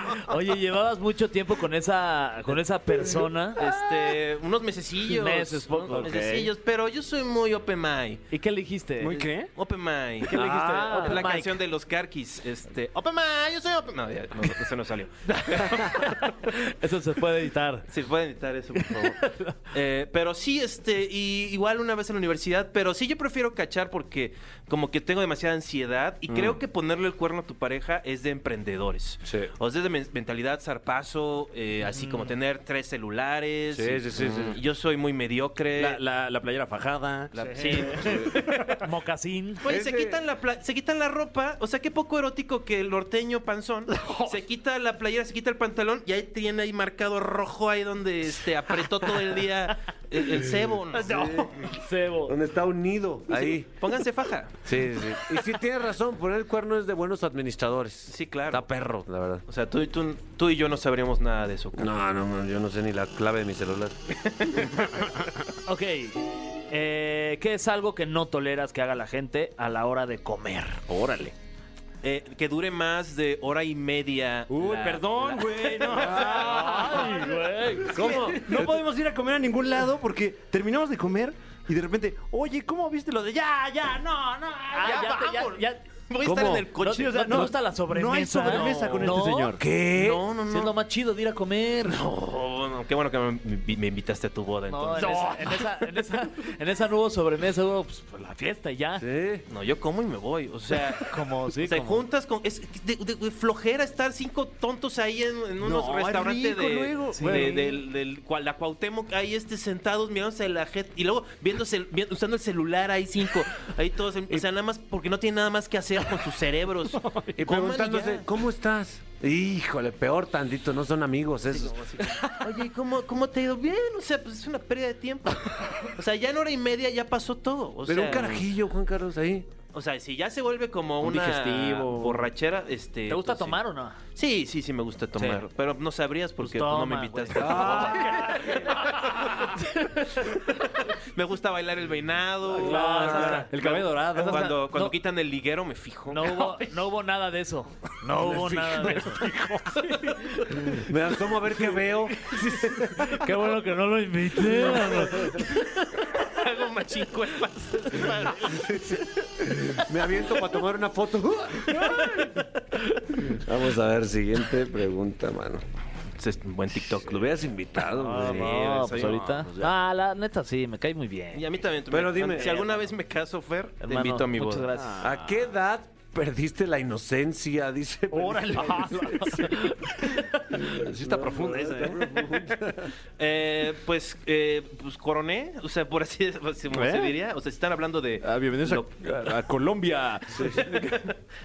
H: O sea,
C: Oye, llevabas mucho tiempo con esa, con esa persona.
H: Este, unos mesecillos.
C: Meses, po-
H: unos
C: ok.
H: mesecillos, pero yo soy muy open mind.
C: ¿Y qué elegiste?
D: ¿Muy qué?
H: Open mind.
C: ¿Qué le dijiste?
H: Ah,
C: Open
H: la
C: mic.
H: canción de los Carquis. Este, open mind, yo soy open. No, ya, no, eso no salió.
C: Eso se puede editar.
H: Si pueden editar eso, por favor. Eh, pero sí, este, y igual una vez en la universidad, pero sí yo prefiero cachar porque como que tengo demasiada ansiedad y creo que ponerle el cuerno a tu pareja es de emprendedores.
B: Sí.
H: O sea, es de men- mentalidad zarpazo, eh, así como tener tres celulares.
B: Sí, sí, sí,
H: Y Yo soy muy mediocre.
D: La, la- Eh, la playera fajada.
H: La- sí.
C: Mocasín.
H: Oye, se quitan, la pla- se quitan la ropa, o sea, qué poco erótico que el norteño panzón se quita la playera, se quita el pantalón y ahí tiene ahí marcado rojo ahí donde este, apretó todo el día el, el cebo. ¿no?
B: cómo?
C: Cebo.
B: Donde está unido, ahí.
H: Pónganse faja.
B: Sí, sí. Y sí tienes razón, poner el cuerno es de buenos administradores.
H: Sí, claro.
B: Está perro, la verdad.
H: O sea, tú, y tú- tú y yo no sabríamos nada de eso. cara.
B: No, no, no, yo no sé ni la clave de mi celular.
C: Ok. Eh, ¿Qué es algo que no toleras que haga la gente a la hora de comer? Órale.
H: Eh, que dure más de hora y media.
D: Uy,
H: la-
D: perdón, güey. No.
C: Ay, güey.
D: ¿Cómo? No podemos ir a comer a ningún lado porque terminamos de comer y de repente, oye, ¿cómo viste lo de ya, ya, no, no,
C: Ah,
D: ya,
C: ya, te- ya,
D: vamos"?
C: ya-
H: Voy a estar
D: ¿Cómo?
H: en el coche.
C: No,
D: Sí, o sea,
C: ¿no te gusta la sobremesa?
D: No hay sobremesa con
C: No.
D: este señor.
B: ¿Qué?
H: No, no,
C: Si es
H: no.
C: lo más chido de ir a comer.
H: Oh, no, Qué bueno que me, me invitaste a tu boda
C: No,
H: entonces.
C: en, Esa, en, esa, en, esa, en esa no hubo sobremesa, hubo pues, pues, la fiesta y ya.
B: Sí.
H: No, yo como y me voy. O sea,
C: Como, sí,
H: te
C: como-
H: juntas con. Es de, de- de flojera estar cinco tontos ahí en, en unos
D: No, es
H: restaurantes
D: rico
H: de,
D: luego.
H: de-
D: Sí.
H: del, del cual- la Cuauhtémoc, ahí este, sentados mirándose la gente y luego viéndose, el- vi- usando el celular ahí cinco. Ahí todos. en- O sea, nada más porque no tienen nada más que hacer con sus cerebros.
B: Y
H: Coman
B: preguntándose,
H: ya.
B: ¿cómo estás? Híjole, peor tantito, no son amigos esos.
H: Oye, ¿y ¿cómo, ¿cómo te ha ido? Bien, o sea, pues es una pérdida de tiempo. O sea, ya en hora y media ya pasó todo. O
B: Pero
H: sea,
B: un carajillo, Juan Carlos, ahí.
H: O sea, si ya se vuelve como
D: Un
H: una
D: digestivo.
H: borrachera, este.
C: ¿Te gusta
H: pues, sí.
C: tomar o no?
H: Sí, sí, sí me gusta tomar.
C: Sí.
H: Pero no sabrías porque
C: Pues
H: tú no me
C: toma,
H: invitaste.
C: güey.
H: a tu boda. Me gusta bailar el venado.
C: Ah, claro, claro. Ah,
D: El cabello dorado.
H: Cuando, cuando
C: No.
H: quitan el liguero me fijo.
C: No hubo, no hubo nada de eso. No hubo nada de eso.
B: Me asomo a ver qué veo.
C: Qué bueno que no lo invité.
H: hago machincuepas.
B: Me aviento para tomar una foto. Vamos a ver, siguiente pregunta, mano.
H: Ese es un buen TikTok.
B: Lo hubieras invitado, güey.
C: No, pues
H: soy-
C: ahorita.
B: pues ya.
C: Ah, la neta sí, me cae muy bien.
H: Y a mí también.
B: Pero dime- eh,
H: Si alguna vez me caso, Fer, te
C: Hermano,
H: invito Ah. a mi
C: muchas
H: boda.
C: gracias.
B: ¿A qué edad perdiste la inocencia? Dice. pues.
C: Órale.
H: Ah, Sí está profunda esa, ¿eh? Eh, pues, eh, pues coroné, o sea, por así como se
D: ¿Eh?
H: diría. O sea, si están hablando de...
D: Ah, bienvenidos a-
H: lo-
D: a, a Colombia.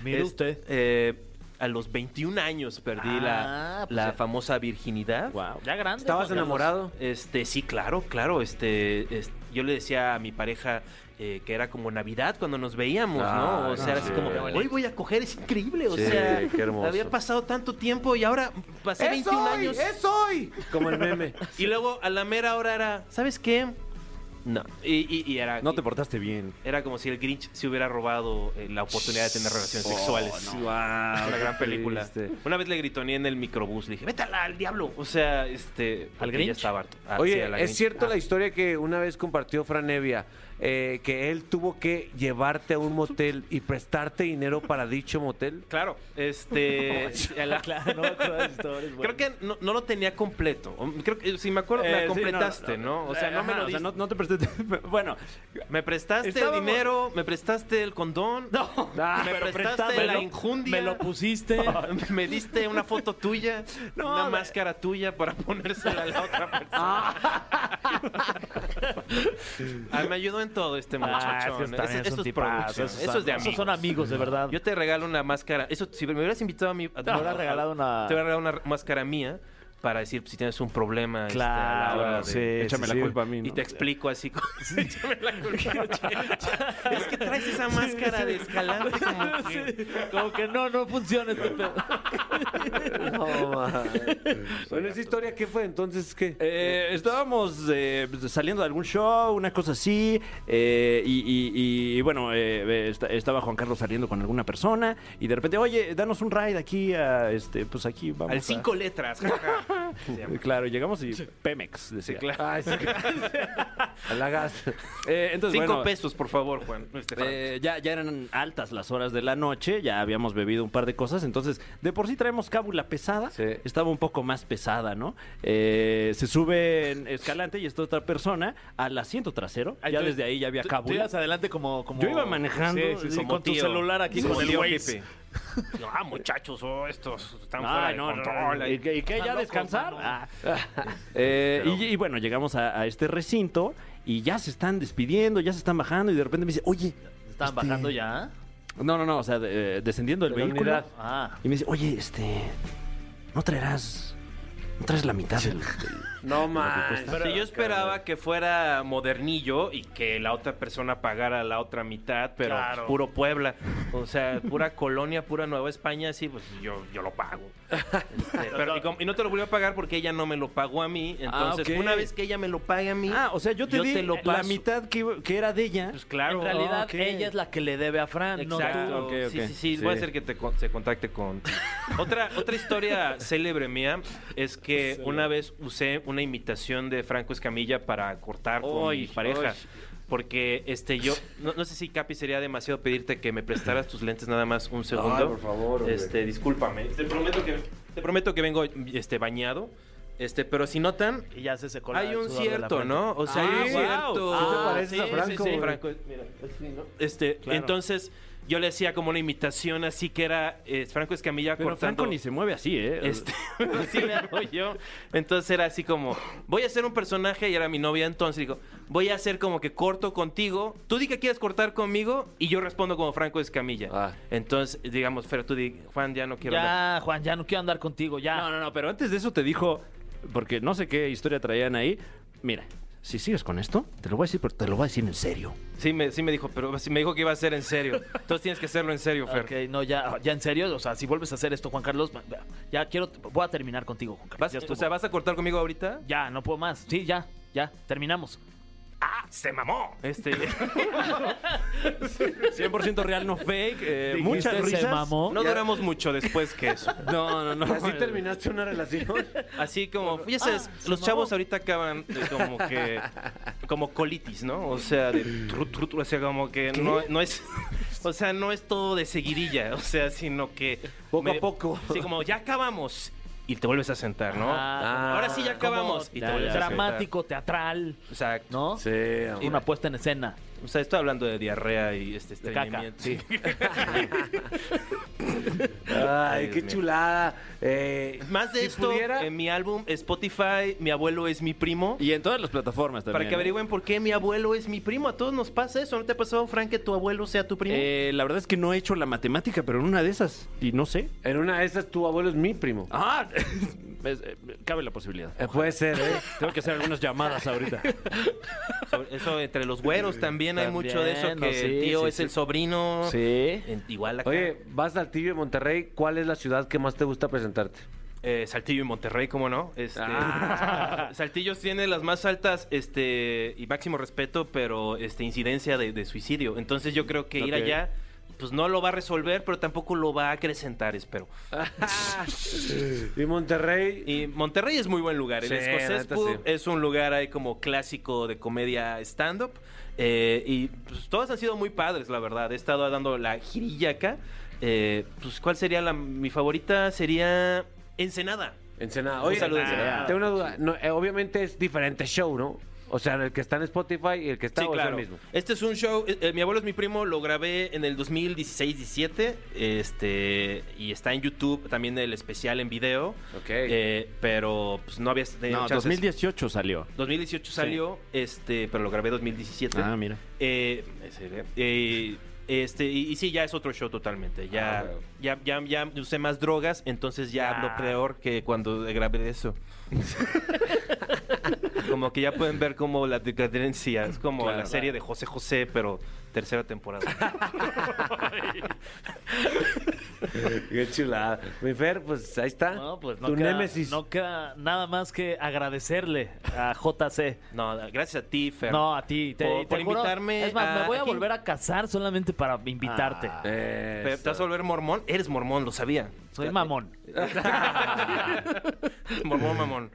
C: Mire
H: es-
C: usted.
H: eh, a los 21 años perdí
C: Ah,
H: la,
C: pues
H: la
C: ya.
H: famosa virginidad.
D: Wow.
C: Ya grande.
B: ¿Estabas
C: Juan Carlos.
B: enamorado?
H: Este, sí, claro, claro. Este, es- yo le decía a mi pareja eh, que era como Navidad cuando nos veíamos,
B: Ah,
H: ¿no? O sea, era así
B: sí.
H: como, hoy voy a coger, es increíble. O
B: Sí,
H: sea,
B: qué hermoso.
H: había pasado tanto tiempo y ahora pasé 21 años.
B: hoy! Como el meme.
H: Y luego a la mera hora era, ¿sabes qué? No. Y, y- y era.
D: No te portaste bien.
H: Era como si el Grinch se hubiera robado eh, la oportunidad de tener relaciones sexuales. Una gran película.
B: triste.
H: Una vez le gritoné en el microbús, le dije, vete al- al diablo. O sea, este. porque
C: Grinch?
H: Ya estaba harto. Ah, sí,
B: Oye,
H: a la
B: es
H: Grinch.
B: cierto
H: Ah.
B: la historia que una vez compartió Fran Evia, eh, que él tuvo que llevarte a un motel y prestarte dinero para dicho motel.
H: Ah, Claro, este. a la-
C: Claro, no me acuerdo de historias.
H: Creo que no, no lo tenía completo. O- Creo que, si me acuerdo, me
D: Eh, sí,
H: completaste, no, O sea,
D: Eh,
H: no me
D: ajá, o
H: lo
D: sea,
H: diste.
D: no, no te prestaste. Bueno,
H: Me prestaste
D: Estábamos-
H: el dinero, me prestaste el condón.
D: no.
H: me
D: pero
H: prestaste
D: prestaste-
H: la
D: me lo-
H: injundia.
C: Me lo pusiste.
H: Me diste una foto tuya,
D: No,
H: una
D: me-
H: máscara tuya para ponérsela a la otra persona. Ah, me ayudó en todo este muchacho.
C: esos también
H: eso,
C: son
H: eso es
C: tipazos,
H: producción,
C: esos
H: eso
C: son-
H: es de
C: Esos son
H: amigos.
C: amigos, de verdad.
H: Yo te regalo una máscara. Eso, si me hubieras invitado a mi... a-
C: Te hubiera regalado una-
H: Te hubiera regalado una máscara mía para decir pues, si tienes un problema. este, a
D: Ah,
H: la
C: Claro,
H: hora de-
C: sí,
D: Échame
C: sí,
D: la
C: sí.
D: culpa a mí.
H: Y
D: ¿no?
H: te explico así. como- Échame la culpa. es que traes esa máscara de escalante como que...
C: Como que no, no funciona este pedo.
B: No, man. bueno, esa historia, ¿qué fue entonces? ¿Qué?
D: Eh, estábamos eh, saliendo de algún show, una cosa así, eh, y, y- y, bueno, eh, eh, esta- estaba Juan Carlos saliendo con alguna persona, y de repente, oye, danos un ride aquí, a, este, pues aquí vamos.
H: Al
D: a-".
H: cinco letras. jaja. Se llama.
D: Eh, Claro, llegamos y Pemex, decía.
B: A la gas.
D: Eh, entonces,
H: Cinco
D: bueno,
H: pesos, por favor, Juan. Este, Juan.
D: Eh, ya, ya eran altas las horas de la noche, ya habíamos bebido un par de cosas, entonces de por sí traemos cábula pesada,
B: Sí.
D: estaba un poco más pesada, ¿no? Eh, se sube en Escalante y esta otra persona al asiento trasero,
C: Ah,
D: ya
C: tú-
D: desde ahí ya había
C: Tú- tú
D: cábula.
C: ibas adelante como, como-
D: Yo iba manejando,
C: Sí, sí, sí,
H: como
C: con tu
H: tío.
C: celular aquí
H: Como
C: con el
H: tío
C: Waze.
H: hippie. No, ah, muchachos, oh, estos están
D: Ah,
H: fuera de
D: no, no, no,
H: control.
D: no. ¿Y qué, y qué, ya
C: Están locos,
D: descansar?
C: mano.
D: Ah. Eh, y, y bueno, llegamos a, a este recinto y ya se están despidiendo, ya se están bajando y de repente me dice, oye,
C: Estaban
D: este,
C: bajando ya.
D: No, no, no, o sea, de- eh, descendiendo del
B: De la
D: vehículo.
B: unidad.
C: Ah.
D: Y me dice, oye, este. No traerás. No traes la mitad del.
B: No, man.
H: Pero yo esperaba que fuera modernillo y que la otra persona pagara la otra mitad, pero
C: Claro.
H: puro Puebla. O sea, pura colonia, pura Nueva España, sí, pues yo, yo lo pago. Este, pero, y, como- y no te lo volví a pagar porque ella no me lo pagó a mí. Entonces,
D: Ah, ok.
H: una vez que ella me lo pague a mí,
D: Ah, o sea, yo te di
H: lo
D: la
H: paso.
D: mitad que, que era de ella.
H: Pues claro.
C: En realidad,
D: Ah, ok.
C: ella es la que le debe a Fran. no
H: Exacto.
C: tú.
D: ok, ok.
H: Sí, sí, sí, Voy a
D: Sí.
H: hacer que te con- se contacte con. otra, otra historia célebre mía es que una vez usé una imitación de Franco Escamilla para cortar con
D: Ay,
H: mi pareja.
D: ay.
H: Porque este yo no, no sé si Capi sería demasiado pedirte que me prestaras tus lentes nada más un segundo. por favor. Este, discúlpame. Te prometo que te prometo que vengo este bañado. Este, pero si notan,
C: Y ya se secó la-
H: hay
C: el
H: un
C: sudor de la
H: cierto,
C: frente.
H: ¿no? O sea, hay un
D: Ah, wow.
H: cierto.
D: Sí pues te
H: Ah,
B: pareces a Franco, güey.
H: Franco, mira, así, ¿no? Este, entonces yo le hacía como una imitación así que era eh, Franco Escamilla
D: Pero
H: cortando.
D: Franco ni se mueve así, ¿eh?
H: Este, así le hago yo. Entonces era así como, voy a hacer un personaje y era mi novia entonces. Digo, voy a hacer como que corto contigo. Tú di que quieres cortar conmigo y yo respondo como Franco Escamilla.
B: Ah.
H: Entonces, digamos, pero tú di, Juan, ya no quiero hablar".
C: Ya, Juan, ya no quiero andar contigo, ya.
D: No, no, no, pero antes de eso te dijo. Porque no sé qué historia traían ahí. Mira, si sigues con esto, te lo voy a decir, pero te lo voy a decir en serio.
H: Sí me, sí me dijo, pero sí me dijo que iba a ser en serio. Entonces tienes que hacerlo en serio, Fer.
C: Ok, no, ya, ya en serio, o sea, si vuelves a hacer esto, Juan Carlos, ya quiero, voy a terminar contigo, Juan Carlos.
H: Vas- eh,
C: ya
H: o
C: estuvo.
H: sea, ¿vas a cortar conmigo ahorita?
C: Ya, no puedo más. Sí, ya. Ya, terminamos.
H: ¡Ah! ¡Se mamó!
C: Este,
D: 100% real, no fake. eh,
C: dijiste,
D: muchas
C: se
D: risas.
C: mamó.
H: No duramos mucho después que eso.
D: No, no, no.
B: ¿Así terminaste una relación?
H: Así como, ya sabes,
C: ah,
H: los chavos ahorita acaban de como que, como colitis, ¿no? O sea, de tru, tru, tru, o sea, como que no, no es, o sea, no es todo de seguidilla, o sea, sino que...
B: Poco a poco.
H: Así como, ya acabamos, y te vuelves a sentar, ¿no?
C: Ah,
H: Ahora sí, ya
C: como
H: acabamos, y te vuelves a sentar.
C: dramático, teatral,
H: O sea,
C: ¿no?
B: Sí,
C: Una puesta en escena.
H: o sea, estoy hablando de diarrea y este
C: De caca.
H: estreñimiento.
C: Sí.
B: Ay, qué
H: Dios mío.
B: chulada. Eh,
H: Más de
B: si
H: esto,
B: pudiera-
H: en mi álbum Spotify, Mi abuelo es mi primo.
D: Y en todas las plataformas también.
H: Para que
D: ¿eh?
H: averigüen por qué mi abuelo es mi primo. A todos nos pasa eso. ¿No te ha pasado, Frank, que tu abuelo sea tu primo?
D: Eh, la verdad es que no he hecho la matemática, pero en una de esas. Y no sé.
B: En una de esas, tu abuelo es mi primo.
D: Ah, es- eh, cabe la posibilidad.
B: Eh, puede ser, ¿eh?
D: Tengo que hacer algunas llamadas ahorita.
H: Sobre- Eso entre los güeros también, hay mucho de eso. Que
C: También, no, sí,
H: el tío
C: sí,
H: es
C: sí.
H: el sobrino.
C: Sí.
H: En- igual acá.
B: Oye, vas al Tibio de Monterrey. ¿Cuál es la ciudad que más te gusta presentarte?
H: Eh, Saltillo y Monterrey, ¿cómo no? Este,
B: Ah.
H: Saltillo tiene las más altas este y máximo respeto, pero este incidencia de, de suicidio. Entonces yo creo que ir
D: Ok.
H: allá pues no lo va a resolver, pero tampoco lo va a acrecentar, espero.
B: Y Monterrey.
H: Y Monterrey es muy buen lugar. El
B: Sí, la
H: Escocés
B: neta,
H: Pub
B: sí.
H: es un lugar ahí como clásico de comedia stand-up. eh, y pues, todas han sido muy padres, la verdad. He estado dando la girilla acá. Eh, pues, ¿cuál sería la, mi favorita? Sería Ensenada.
B: Ensenada. Oye,
H: saludo,
B: ah,
H: Ensenada.
B: tengo una duda. No, eh, obviamente es diferente show, ¿no? O sea, el que está en Spotify y el que está
H: Sí,
B: o es el
H: claro.
B: mismo.
H: Este es un show. eh, eh, mi abuelo es mi primo. Lo grabé en el 2016-17. Este. Y está en YouTube también el especial en video.
B: Ok.
H: Eh, pero pues no había tenido
D: No,
H: chances.
D: 2018 salió.
H: 2018 salió, este, pero lo grabé 2017.
D: Ah, mira.
H: Eh, ese, eh, este, y, y sí, ya es otro show totalmente.
D: Ah,
H: Ya, ya, ya, ya usé más drogas, entonces ya hablo peor que cuando grabé eso. como que ya pueden ver como la decadencia. Es como la serie de José José, pero tercera temporada.
B: Qué chulada. Mi Fer, pues ahí está.
C: No, pues no
B: tu
C: queda,
B: némesis.
C: no queda nada más que agradecerle a JC.
H: No, gracias a ti, Fer.
C: No, a ti. Te,
H: Por-
C: te
H: por
C: juro-
H: invitarme
C: Es más, me
H: a-
C: voy a
H: aquí. Ah,
C: volver a casar solamente para invitarte.
B: Eh,
H: Fer, ¿Te vas a volver mormón? Eres mormón, lo sabía.
C: Soy mamón.
H: mormón, mamón.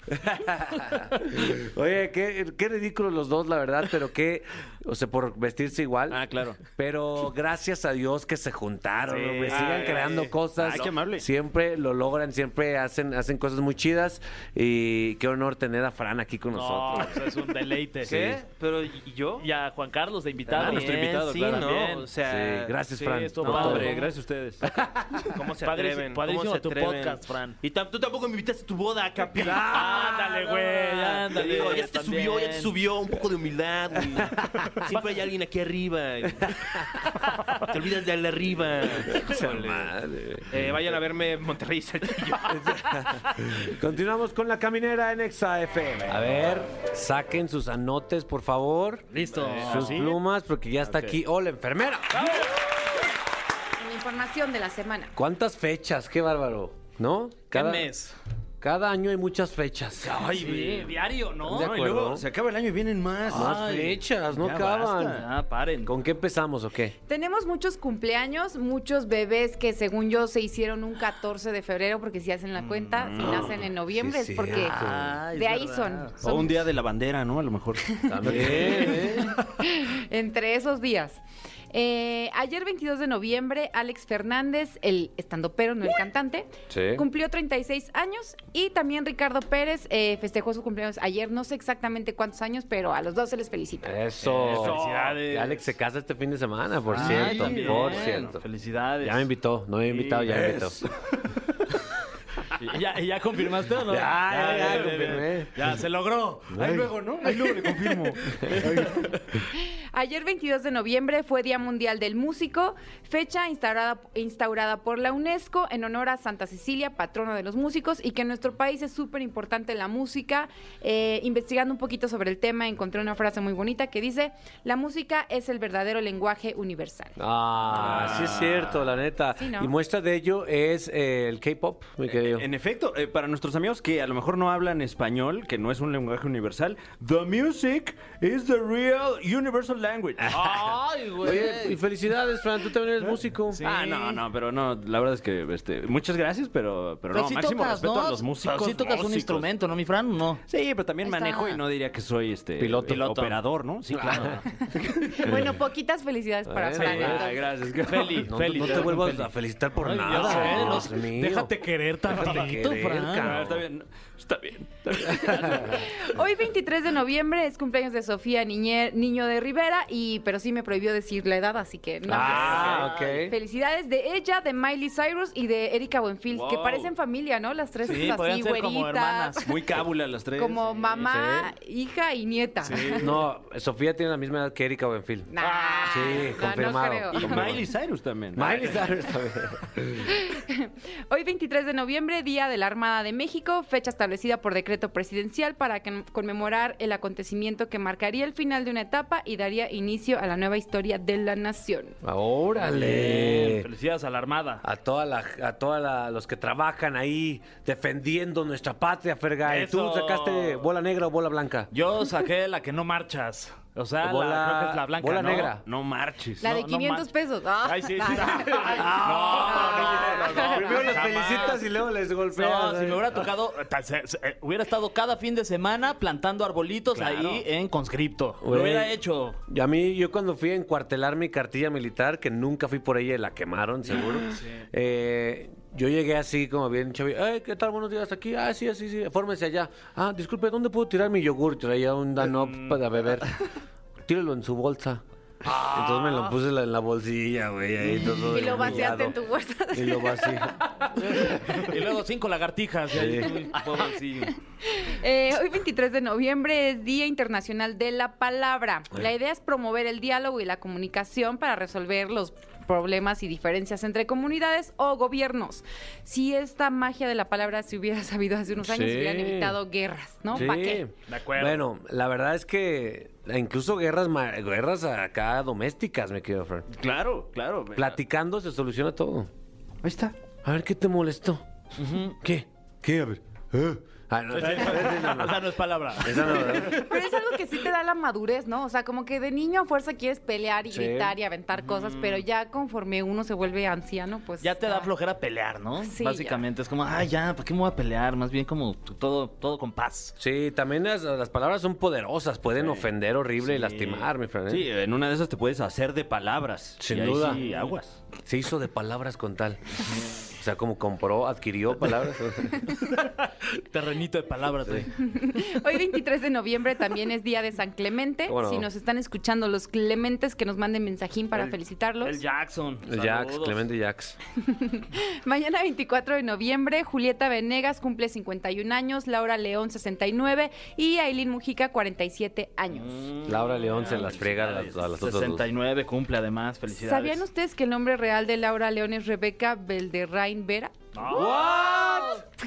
B: Oye, qué, qué ridículos los dos, la verdad, pero qué, o sea, por vestirse igual.
D: Ah, claro.
B: Pero gracias a Dios que se juntaron,
D: Sí.
B: hombre, sigan
D: Ay,
B: creando
D: ay.
B: cosas.
D: Ay, qué amable.
B: Siempre lo logran, siempre hacen, hacen cosas muy chidas. Y qué honor tener a Fran aquí con
C: No, pues,
B: nosotros.
C: eso es un deleite.
H: ¿Qué? ¿Pero y yo?
C: Y a Juan Carlos de invitado.
H: Ah, nuestro
C: Bien,
H: invitado,
C: sí,
H: claro.
C: ¿no?
H: También.
C: O
H: O
C: sea,
H: sea,
B: sí, gracias,
C: eh, sí,
B: Fran.
C: estuvo
B: por
D: No,
C: padre.
B: todo.
D: hombre, gracias a ustedes.
H: ¿Cómo se
C: Padrísimo-
H: atreven?
C: padrísimo
H: ¿Cómo se
C: tu
H: atreven?
C: podcast, Fran.
H: Y tam- tú tampoco me invitaste a tu boda, Capi.
C: ándale,
H: Ah,
C: güey, ándale,
H: Digo, ya se te
C: también.
H: subió, ya te subió. Un poco de humildad, güey. Siempre hay alguien aquí arriba. Te olvidas de al de arriba. Híjole.
B: Madre.
H: Eh, vayan a verme en Monterrey Saltillo.
B: Continuamos con la caminera en Exa FM. A ver, saquen sus anotes, por favor.
C: Listo.
B: Sus plumas, porque ya está aquí. Hola, enfermera.
I: En la información de la semana.
B: ¿Cuántas fechas? Qué bárbaro. ¿No?
C: Cada mes.
B: Cada año hay muchas fechas.
C: Ay, diario, ¿no?
B: De acuerdo.
D: se acaba el año y vienen más.
B: Más
C: Ay,
B: fechas, no
D: ya
B: acaban.
C: Ah, paren.
B: ¿Con qué empezamos o qué?
I: Tenemos muchos cumpleaños, muchos bebés que según yo se hicieron un 14 de febrero, porque si hacen la cuenta, si nacen en noviembre,
B: sí,
I: es porque
B: cierto.
C: Ay,
I: de
C: es
I: ahí
C: verdad.
I: son.
D: O
I: son
D: un día de la bandera, ¿no? A lo mejor.
B: También, ¿eh?
I: entre esos días. Eh, ayer 22 de noviembre, Alex Fernández, el estandopero, no el cantante,
B: Sí.
I: cumplió 36 años y también Ricardo Pérez eh, festejó su cumpleaños ayer, no sé exactamente cuántos años, pero a los dos se les felicita.
B: Eso.
C: Eso. Felicidades.
B: Alex se casa este fin de semana, por
C: Ay,
B: cierto.
C: también.
B: Por cierto.
C: Felicidades.
B: Ya me invitó, no me había invitado, ya me invitó.
C: ¿Y ¿Ya, y ya confirmaste o no?
B: Ya, ya, ¿eh? ya, confirmé.
C: ya, se logró.
D: Ahí luego, ¿no? Ahí luego le confirmo.
I: Ayer 22 de noviembre fue Día Mundial del Músico, fecha instaurada, instaurada por la UNESCO en honor a Santa Cecilia, patrona de los músicos, y que en nuestro país es súper importante la música. Eh, investigando un poquito sobre el tema, encontré una frase muy bonita que dice, la música es el verdadero lenguaje universal.
B: Ah, sí es cierto, la neta.
I: Sí, ¿no?
B: Y muestra de ello es eh, el K-pop, mi querido.
D: En efecto, eh, para nuestros amigos que a lo mejor no hablan español, que no es un lenguaje universal, the music is the real universal language.
B: Oye, y
H: Ay, güey.
B: felicidades, Fran, tú también eres músico.
D: Ah, no, no, pero no, la verdad es que este, muchas gracias, pero, pero, no, máximo respeto a los músicos.
C: Pero sí tocas un
D: músicos.
C: instrumento, ¿no, mi Fran? No.
D: Sí, pero también
I: Ahí está.
D: manejo y no diría que soy este
B: Piloto.
D: eh, operador, ¿no? Sí, claro.
I: Bueno, poquitas felicidades para
B: Bueno,
I: Fran. ¿eh?
B: ya.
I: entonces.
D: Ay, gracias.
C: Feli,
B: No,
C: Feli.
B: no te
C: perdón,
B: vuelvas
C: Feli.
B: a felicitar por
C: Ay, ya
B: nada.
C: sé,
B: Dios
C: no sé.
B: mío.
C: Déjate querer tantito,
B: querer,
D: Ah,
C: Fran.
D: está bien, está bien. está bien.
I: Hoy 23 de noviembre es cumpleaños de Sofía Niñer- Niño de Rivera, y pero sí me prohibió decir la edad, así que no.
B: Ah, ok.
I: pues, Felicidades de ella, de Miley Cyrus y de Erika Buenfil, que
D: Wow.
I: parecen familia, ¿no? Las tres
C: Sí,
I: así,
C: podrían ser como
I: güeritas,
C: hermanas.
D: Muy cábula las tres.
I: como mamá, hija y nieta.
B: No, Sofía tiene la misma edad que Erika Buenfil.
I: Nah,
B: Sí,
I: no, no
B: confirmado.
I: creo.
D: Y Miley Cyrus también.
B: Miley Cyrus también.
I: Hoy 23 de noviembre, Día de la Armada de México, fecha establecida por decreto presidencial para que- conmemorar el acontecimiento que marcaría el final de una etapa y daría inicio a la nueva historia de la nación.
C: Pues
B: ¡Órale!
C: Felicidades a la Armada.
B: A toda la, a toda la- los que trabajan ahí defendiendo nuestra patria, Fergay. ¿Tú
C: Eso.
B: sacaste bola negra o bola blanca?
C: Yo saqué la que no marchas. O sea,
B: Bola-
C: la, creo que es la blanca,
B: bola
C: ¿no?
B: negra.
D: No marches.
I: La
C: No,
I: de
C: no
I: 500
C: manches.
I: pesos. Ah,
C: Ay, sí, sí.
I: nah.
C: Ay,
I: no, no, no, no.
B: Primero los
C: Jamás.
B: felicitas y luego les golpeas.
C: No, si me hubiera tocado, ta- se- se- eh, hubiera estado cada fin de semana plantando arbolitos
D: Claro.
C: ahí en conscripto.
B: Güey.
C: Lo hubiera hecho.
B: Y a mí, yo cuando fui a encuartelar mi cartilla militar, que nunca fui por ella y la quemaron, seguro. eh, yo llegué así, como bien chavito. "Ey, ¿Qué tal? Buenos días, aquí. Ah, sí, sí, sí. Fórmese allá. Ah, disculpe, ¿dónde puedo tirar mi yogur? Traía un Danop para beber. Tírelo en su bolsa. Entonces me lo puse en la- en la bolsilla, güey. ahí todo
I: Y lo vaciaste en
B: humillado.
I: tu bolsa.
B: Y lo vacié.
C: Y luego cinco lagartijas. y ahí, uy, pobrecillo.
I: Eh, hoy 23 de noviembre es Día Internacional de la Palabra. La idea es promover el diálogo y la comunicación para resolver los problemas y diferencias entre comunidades o gobiernos. Si esta magia de la palabra se hubiera sabido hace unos años,
B: Sí.
I: se hubieran evitado guerras, ¿no?
B: Sí.
I: ¿Para qué?
C: De acuerdo.
B: Bueno, la verdad es que incluso guerras, ma- guerras acá domésticas, me quedo, Fran.
D: Claro, claro.
B: Platicando se soluciona todo.
D: Ahí está.
B: A ver, ¿qué te molestó? ¿Qué? ¿Qué? A ver. ¿Eh? Ah, no, ese no,
C: O
B: no.
C: sea, no es palabra.
B: Esa no, ¿verdad?
I: Pero es algo que sí te da la madurez, ¿no? O sea, como que de niño a fuerza quieres pelear y
B: Sí.
I: gritar y aventar cosas, pero ya conforme uno se vuelve anciano, pues...
C: Ya te da
I: está-
C: flojera pelear, ¿no?
I: Sí,
C: Básicamente es como, ay, ya, ¿para qué me voy a pelear? Más bien como t- todo, todo con paz.
B: Sí, también las, las palabras son poderosas, pueden ofender horrible y lastimar, mi Fran. ¿eh?
D: Sí, en una de esas te puedes hacer de palabras.
B: Sin
D: Y ahí
B: duda.
D: sí, aguas.
B: Se hizo de palabras con tal. O sea, como compró, adquirió palabras.
C: Terrenito de palabras, güey.
I: Hoy 23 de noviembre también es día de San Clemente.
B: ¿Cómo no?
I: Si nos están escuchando los Clementes, que nos manden mensajín para
C: El-
I: felicitarlos.
C: El Jackson.
B: El Jax,
C: saludos.
B: Clemente Jax.
I: Mañana 24 de noviembre, Julieta Venegas cumple 51 años, Laura León 69 y Aileen Mujica 47 años.
B: Laura León se las friega a las, a las otras dos.
C: 69 cumple además, felicidades.
I: ¿Sabían ustedes que el nombre real de Laura León es Rebeca Belderrain Vera?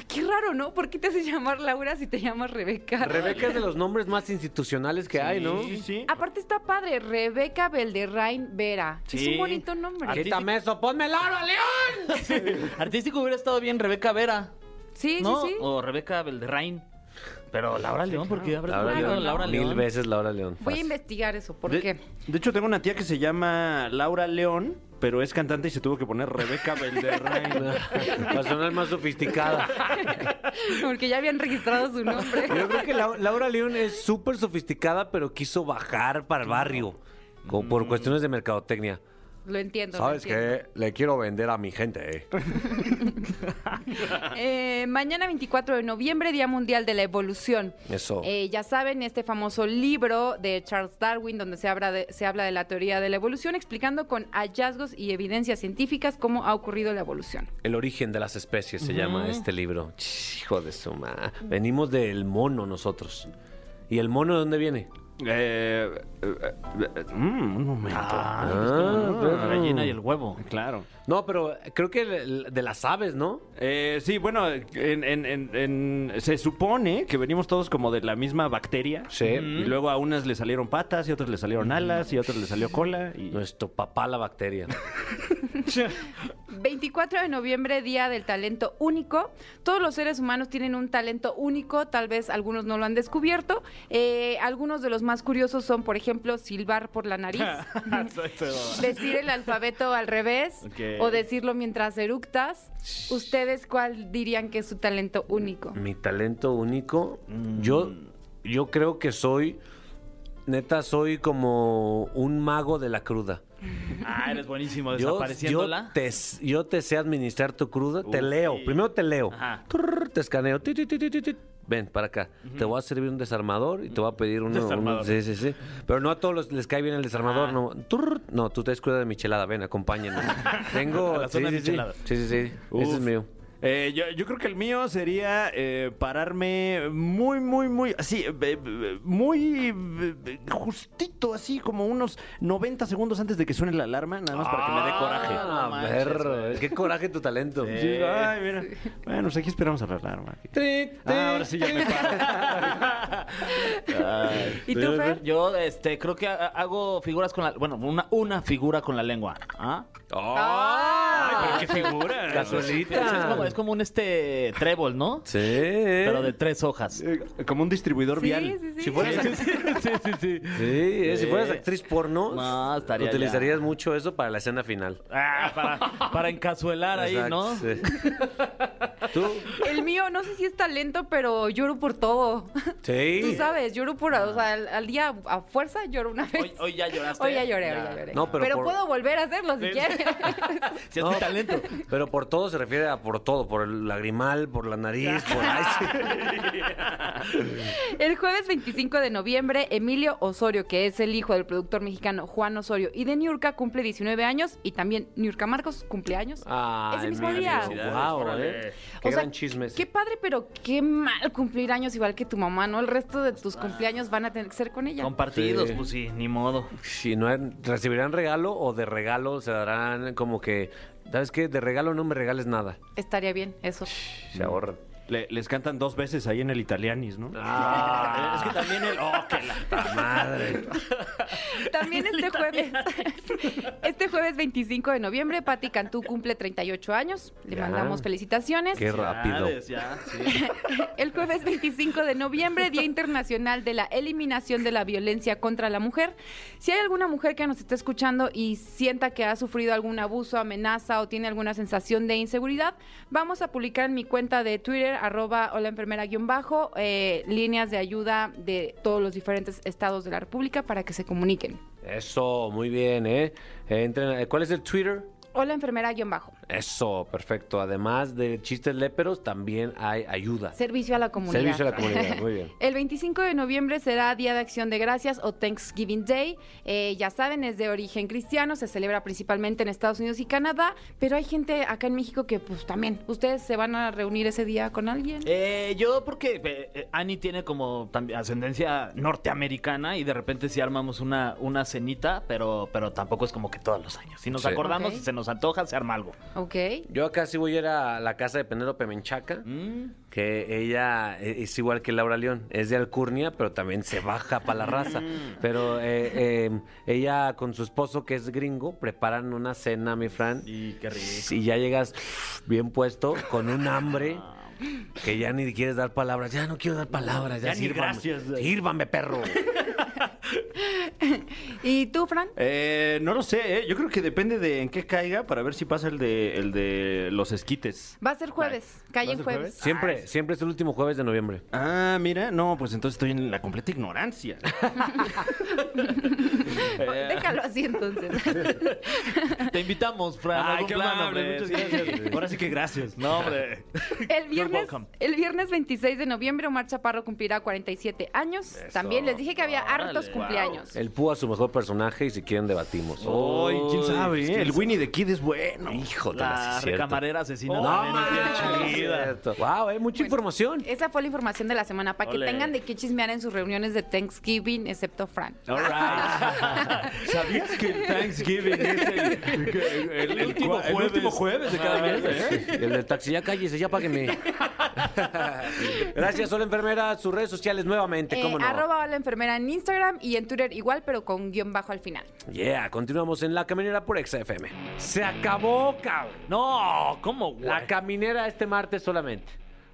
I: Qué raro, ¿no? ¿Por qué te haces llamar Laura si te llamas Rebeca?
B: Rebeca es de los nombres más institucionales que hay, ¿no?
D: Sí, sí.
I: Aparte está padre, Rebeca Belderrain Vera. Es
C: Sí.
I: un bonito nombre.
B: Quítame eso, ponme Laura León.
C: Artístico hubiera estado bien Rebeca Vera,
I: Sí,
C: ¿no? Oh,
I: sí, sí.
C: O Rebeca Belderrain. Pero Laura León, ¿por qué habrá
B: Laura
C: tomado
B: León.
C: Laura
B: Mil
C: León?
B: veces Laura León.
I: Voy a
B: fácil.
I: investigar eso, ¿por
D: de,
I: qué?
D: de hecho, tengo una tía que se llama Laura León, pero es cantante y se tuvo que poner Rebeca Belderrain.
B: Para sonar más sofisticada.
I: Porque ya habían registrado su nombre.
B: Yo creo que Lau- Laura León es súper sofisticada, pero quiso bajar para el barrio. Como por cuestiones de mercadotecnia.
I: Lo entiendo. lo
B: ¿Sabes
I: entiendo.
B: qué? Le quiero vender a mi gente, eh.
I: Eh, mañana 24 de noviembre, Día Mundial de la Evolución.
B: Eso.
I: Eh, ya saben, este famoso libro de Charles Darwin, donde se habla, de, se habla de la teoría de la evolución, explicando con hallazgos y evidencias científicas cómo ha ocurrido la evolución.
B: El origen de las especies se llama este libro. Ch, Hijo de su ma. Venimos del mono nosotros. ¿Y el mono de dónde viene?
D: Eh, eh, eh, mm, un momento.
B: Ah,
C: la gallina y el huevo.
D: Claro.
B: No, pero creo que el- el de las aves, ¿no?
D: Eh, sí, bueno, en- en- en- en- se supone que venimos todos como de la misma bacteria.
B: Sí. Mm.
D: Y luego a unas le salieron patas, y a otras le salieron alas, y a otras le salió cola. Y...
B: Nuestro papá la bacteria.
I: 24 de noviembre, Día del Talento Único. Todos los seres humanos tienen un talento único, tal vez algunos no lo han descubierto. Eh, algunos de los más curiosos son, por ejemplo, silbar por la nariz, decir el alfabeto al revés
D: Ok.
I: o decirlo mientras eructas. ¿Ustedes cuál dirían que es su talento único?
B: Mi talento único, yo, yo creo que soy, neta, soy como un mago de la cruda.
C: Ah, eres buenísimo
B: Yo, yo,
C: desapareciéndola.
B: te, yo te sé administrar tu cruda, te
D: Uf,
B: leo,
D: sí.
B: primero te leo,
C: Ajá.
B: Turr, te escaneo, ti, ti, ti, ti, ti, ti. ven para acá, te voy a servir un desarmador y te voy a pedir uno, uno- sí, sí, sí, pero no a todos los- les cae bien el desarmador, no, Turr, no, tú te des cruda de michelada, ven, acompáñenos. Tengo,
C: A la
B: sí,
C: zona
B: sí, sí.
C: michelada.
B: sí, sí, sí, ese es
D: Uf.
B: mío.
D: Eh, yo, yo creo que el mío sería eh, pararme muy, muy, muy, así, eh, eh, muy eh, justito, así como unos 90 segundos antes de que suene la alarma, nada más para que me dé coraje.
B: Ah, perro, qué coraje tu talento.
D: Sí, digo, ay, mira. Bueno, pues aquí esperamos a la alarma. Ah, ahora sí ya me
I: ¿Y tú, Fer?
C: Yo este, creo que ha- hago figuras con la... Bueno, una, una figura con la lengua. ¿Ah?
I: ¡Ah!
D: qué figura.
C: Es como, es como un este trébol, ¿no?
B: Ah. Sí.
C: Pero de tres hojas.
D: Eh, Como un distribuidor
I: Sí,
D: vial.
I: sí, sí.
D: Si fueras
I: Sí,
B: Sí, eh, si fueras actriz porno,
C: No, estaría ya.
B: utilizarías mucho eso para la escena final.
C: Ah, para, para encazuelar ahí,
B: Exacto,
C: ¿no?
B: sí. ¿Tú?
I: El mío, no sé si es talento, pero lloro por todo.
B: Sí.
I: Tú sabes, lloro por, o sea, al, al día a fuerza lloro una vez.
C: Hoy, hoy ya lloraste.
I: Hoy ya lloré, hoy ya lloré.
B: No, pero por-
I: puedo volver a hacerlo si quieres.
C: Si es mi
B: No.
C: talento.
B: Pero por todo se refiere a por todo, por el lagrimal, por la nariz, por ay, sí.
I: el jueves 25 de noviembre, Emilio Osorio, que es el hijo del productor mexicano Juan Osorio y de Niurka, cumple 19 años y también Niurka Marcos cumple años.
B: Ah,
I: Ese mismo
B: Emilio,
I: día.
B: Guau, eh. Qué
I: O sea,
B: gran chisme. ese.
I: Qué padre, pero qué mal cumplir años igual que tu mamá, ¿no? El resto de tus cumpleaños van a tener que ser con ella.
C: Compartidos,
B: Sí.
C: pues sí, ni modo.
B: Si no hay- recibirán regalo o de regalo se darán como que, ¿sabes qué? De regalo no me regales nada.
I: Estaría bien eso. Mm.
B: Se ahorran.
D: Le- les cantan dos veces ahí en el Italianis, ¿no?
B: Ah.
D: Es que también el. ¡Oh, que la-
B: ¡Ta madre!
I: También este jueves, este jueves 25 de noviembre, Patti Cantú cumple 38 años. Le
B: Ya.
I: mandamos felicitaciones.
B: ¡Qué rápido!
C: Ya, ya, sí.
I: El jueves 25 de noviembre, Día Internacional de la Eliminación de la Violencia contra la Mujer. Si hay alguna mujer que nos esté escuchando y sienta que ha sufrido algún abuso, amenaza o tiene alguna sensación de inseguridad, vamos a publicar en mi cuenta de Twitter, arroba hola enfermera guión bajo, eh, líneas de ayuda de todos los diferentes estados de la República para que se comuniquen.
B: Eso, muy bien, ¿eh? Eh, entren- eh, ¿Cuál es el Twitter?
I: Hola enfermera guión bajo.
B: Eso, perfecto. Además de chistes léperos, también hay ayuda.
I: Servicio a la comunidad.
B: Servicio a la comunidad, muy bien.
I: El 25 de noviembre será Día de Acción de Gracias o Thanksgiving Day. Eh, ya saben, es de origen cristiano, se celebra principalmente en Estados Unidos y Canadá, pero hay gente acá en México que pues también, ¿ustedes se van a reunir ese día con alguien?
C: Eh, yo porque eh, eh, Annie tiene como también ascendencia norteamericana y de repente sí armamos una, una cenita, pero, pero tampoco es como que todos los años. Si nos
B: Sí.
C: acordamos,
I: Ok.
C: si se nos antoja, se arma algo.
I: Ok.
B: Yo acá sí voy a ir a la casa de Penélope Menchaca,
C: Mm.
B: que ella e- es igual que Laura León, es de Alcurnia, pero también se baja para la raza.
D: Mm.
B: Pero eh, eh, ella con su esposo, que es gringo, preparan una cena, mi Fran.
D: Y qué rico.
B: Y ya llegas bien puesto, con un hambre,
D: Ah.
B: que ya ni quieres dar palabras. Ya no quiero dar palabras, ya,
D: Ya ni
B: sírvame.
D: gracias.
B: Sírvame, perro.
I: ¿Y tú, Fran?
D: Eh, no lo sé, ¿eh? yo creo que depende de en qué caiga para ver si pasa el de, el de los esquites.
I: Va a ser jueves, calle en
D: ser
I: jueves.
B: Siempre, siempre es el último jueves de noviembre.
D: Ah, mira, no, pues entonces estoy en la completa ignorancia.
I: Déjalo así entonces.
C: Te invitamos, Fran.
D: Ah,
C: algún plan, hombre. Sí.
D: Ahora sí que gracias.
C: No, hombre.
I: El viernes,
C: welcome.
I: el viernes 26 de noviembre Omar Chaparro cumplirá 47 años. También les dije que había hartos
C: Órale.
I: cumpleaños.
B: El Púa, su mejor solo personaje y si quieren debatimos.
D: Ay, quién sabe,
C: Uy,
D: ¿eh? El
C: quién
D: Winnie the Kid es bueno.
B: Híjole,
C: La
B: sí es cierto.
C: camarera asesina.
D: Oh,
C: también es bien
I: manches.
C: chida.
B: Wow, hay eh, mucha información.
I: Esa fue la información de la semana, para que
C: Ole.
I: tengan de qué chismear en sus reuniones de Thanksgiving, excepto Fran.
D: All right. ¿Sabías que el Thanksgiving es el, el- el- el
C: último
D: cua- el
C: jueves.
D: último jueves de cada mes? ¿eh?
B: El del taxi, ya cállese, ya páguenme. Gracias, Hola Enfermera. Sus redes sociales nuevamente,
I: Eh,
B: ¿cómo no?
I: Arroba a la enfermera en Instagram y en Twitter igual, pero con guión bajo al final.
B: Yeah, continuamos en La Caminera por XFM. Se acabó, cabrón.
C: No, ¿cómo, güey?
B: La caminera este martes solamente.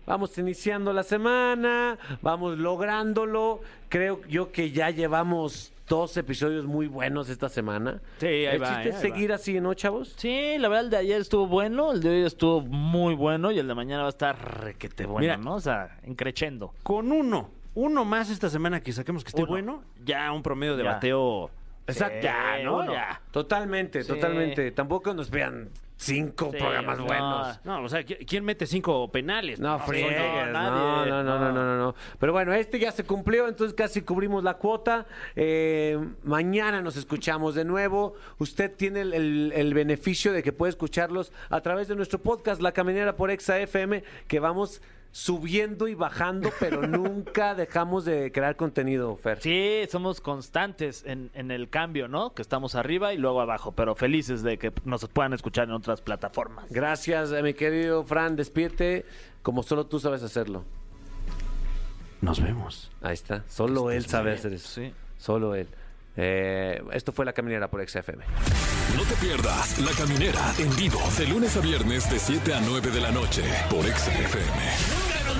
B: Vamos iniciando la semana, vamos lográndolo. Creo yo que ya llevamos dos episodios muy buenos esta semana.
D: Sí, ahí
B: El
D: va,
B: chiste
D: eh,
B: es
D: ahí
B: seguir así, ¿no, chavos?
C: Sí, la verdad, el de ayer estuvo bueno, el de hoy estuvo muy bueno y el de mañana va a estar requete bueno,
D: Mira.
C: ¿no? O sea, encrechendo.
D: Con uno, uno más esta semana que saquemos que esté
C: Uno.
D: bueno, ya un promedio de
C: Ya.
D: bateo.
C: Exacto.
D: Ya, ¿no?
C: uno.
D: Ya.
B: Totalmente,
C: Sí.
B: totalmente. Tampoco nos vean cinco
C: Sí,
B: programas
C: no.
B: buenos.
D: No, o sea, ¿qui- ¿quién mete cinco penales?
B: No,
D: Pues,
B: friegues,
C: no,
B: no,
C: nadie,
B: no, no, no,
C: no.
B: no, no, no. Pero bueno, este ya se cumplió, entonces casi cubrimos la cuota. Eh, mañana nos escuchamos de nuevo. Usted tiene el, el- el beneficio de que puede escucharlos a través de nuestro podcast, La Caminera por Exa FM, que vamos subiendo y bajando, pero nunca dejamos de crear contenido, Fer.
C: Sí, somos constantes en, en el cambio, ¿no? Que estamos arriba y luego abajo, pero felices de que nos puedan escuchar en otras plataformas.
B: Gracias, eh, mi querido Fran. Despídete como solo tú sabes hacerlo.
D: Nos vemos.
B: Ahí está. Solo él sabe hacer eso.
C: Sí.
B: Solo él. Eh, esto fue La Caminera por XFM.
A: No te pierdas La Caminera en vivo de lunes a viernes de 7 a 9 de la noche por XFM. Nunca nos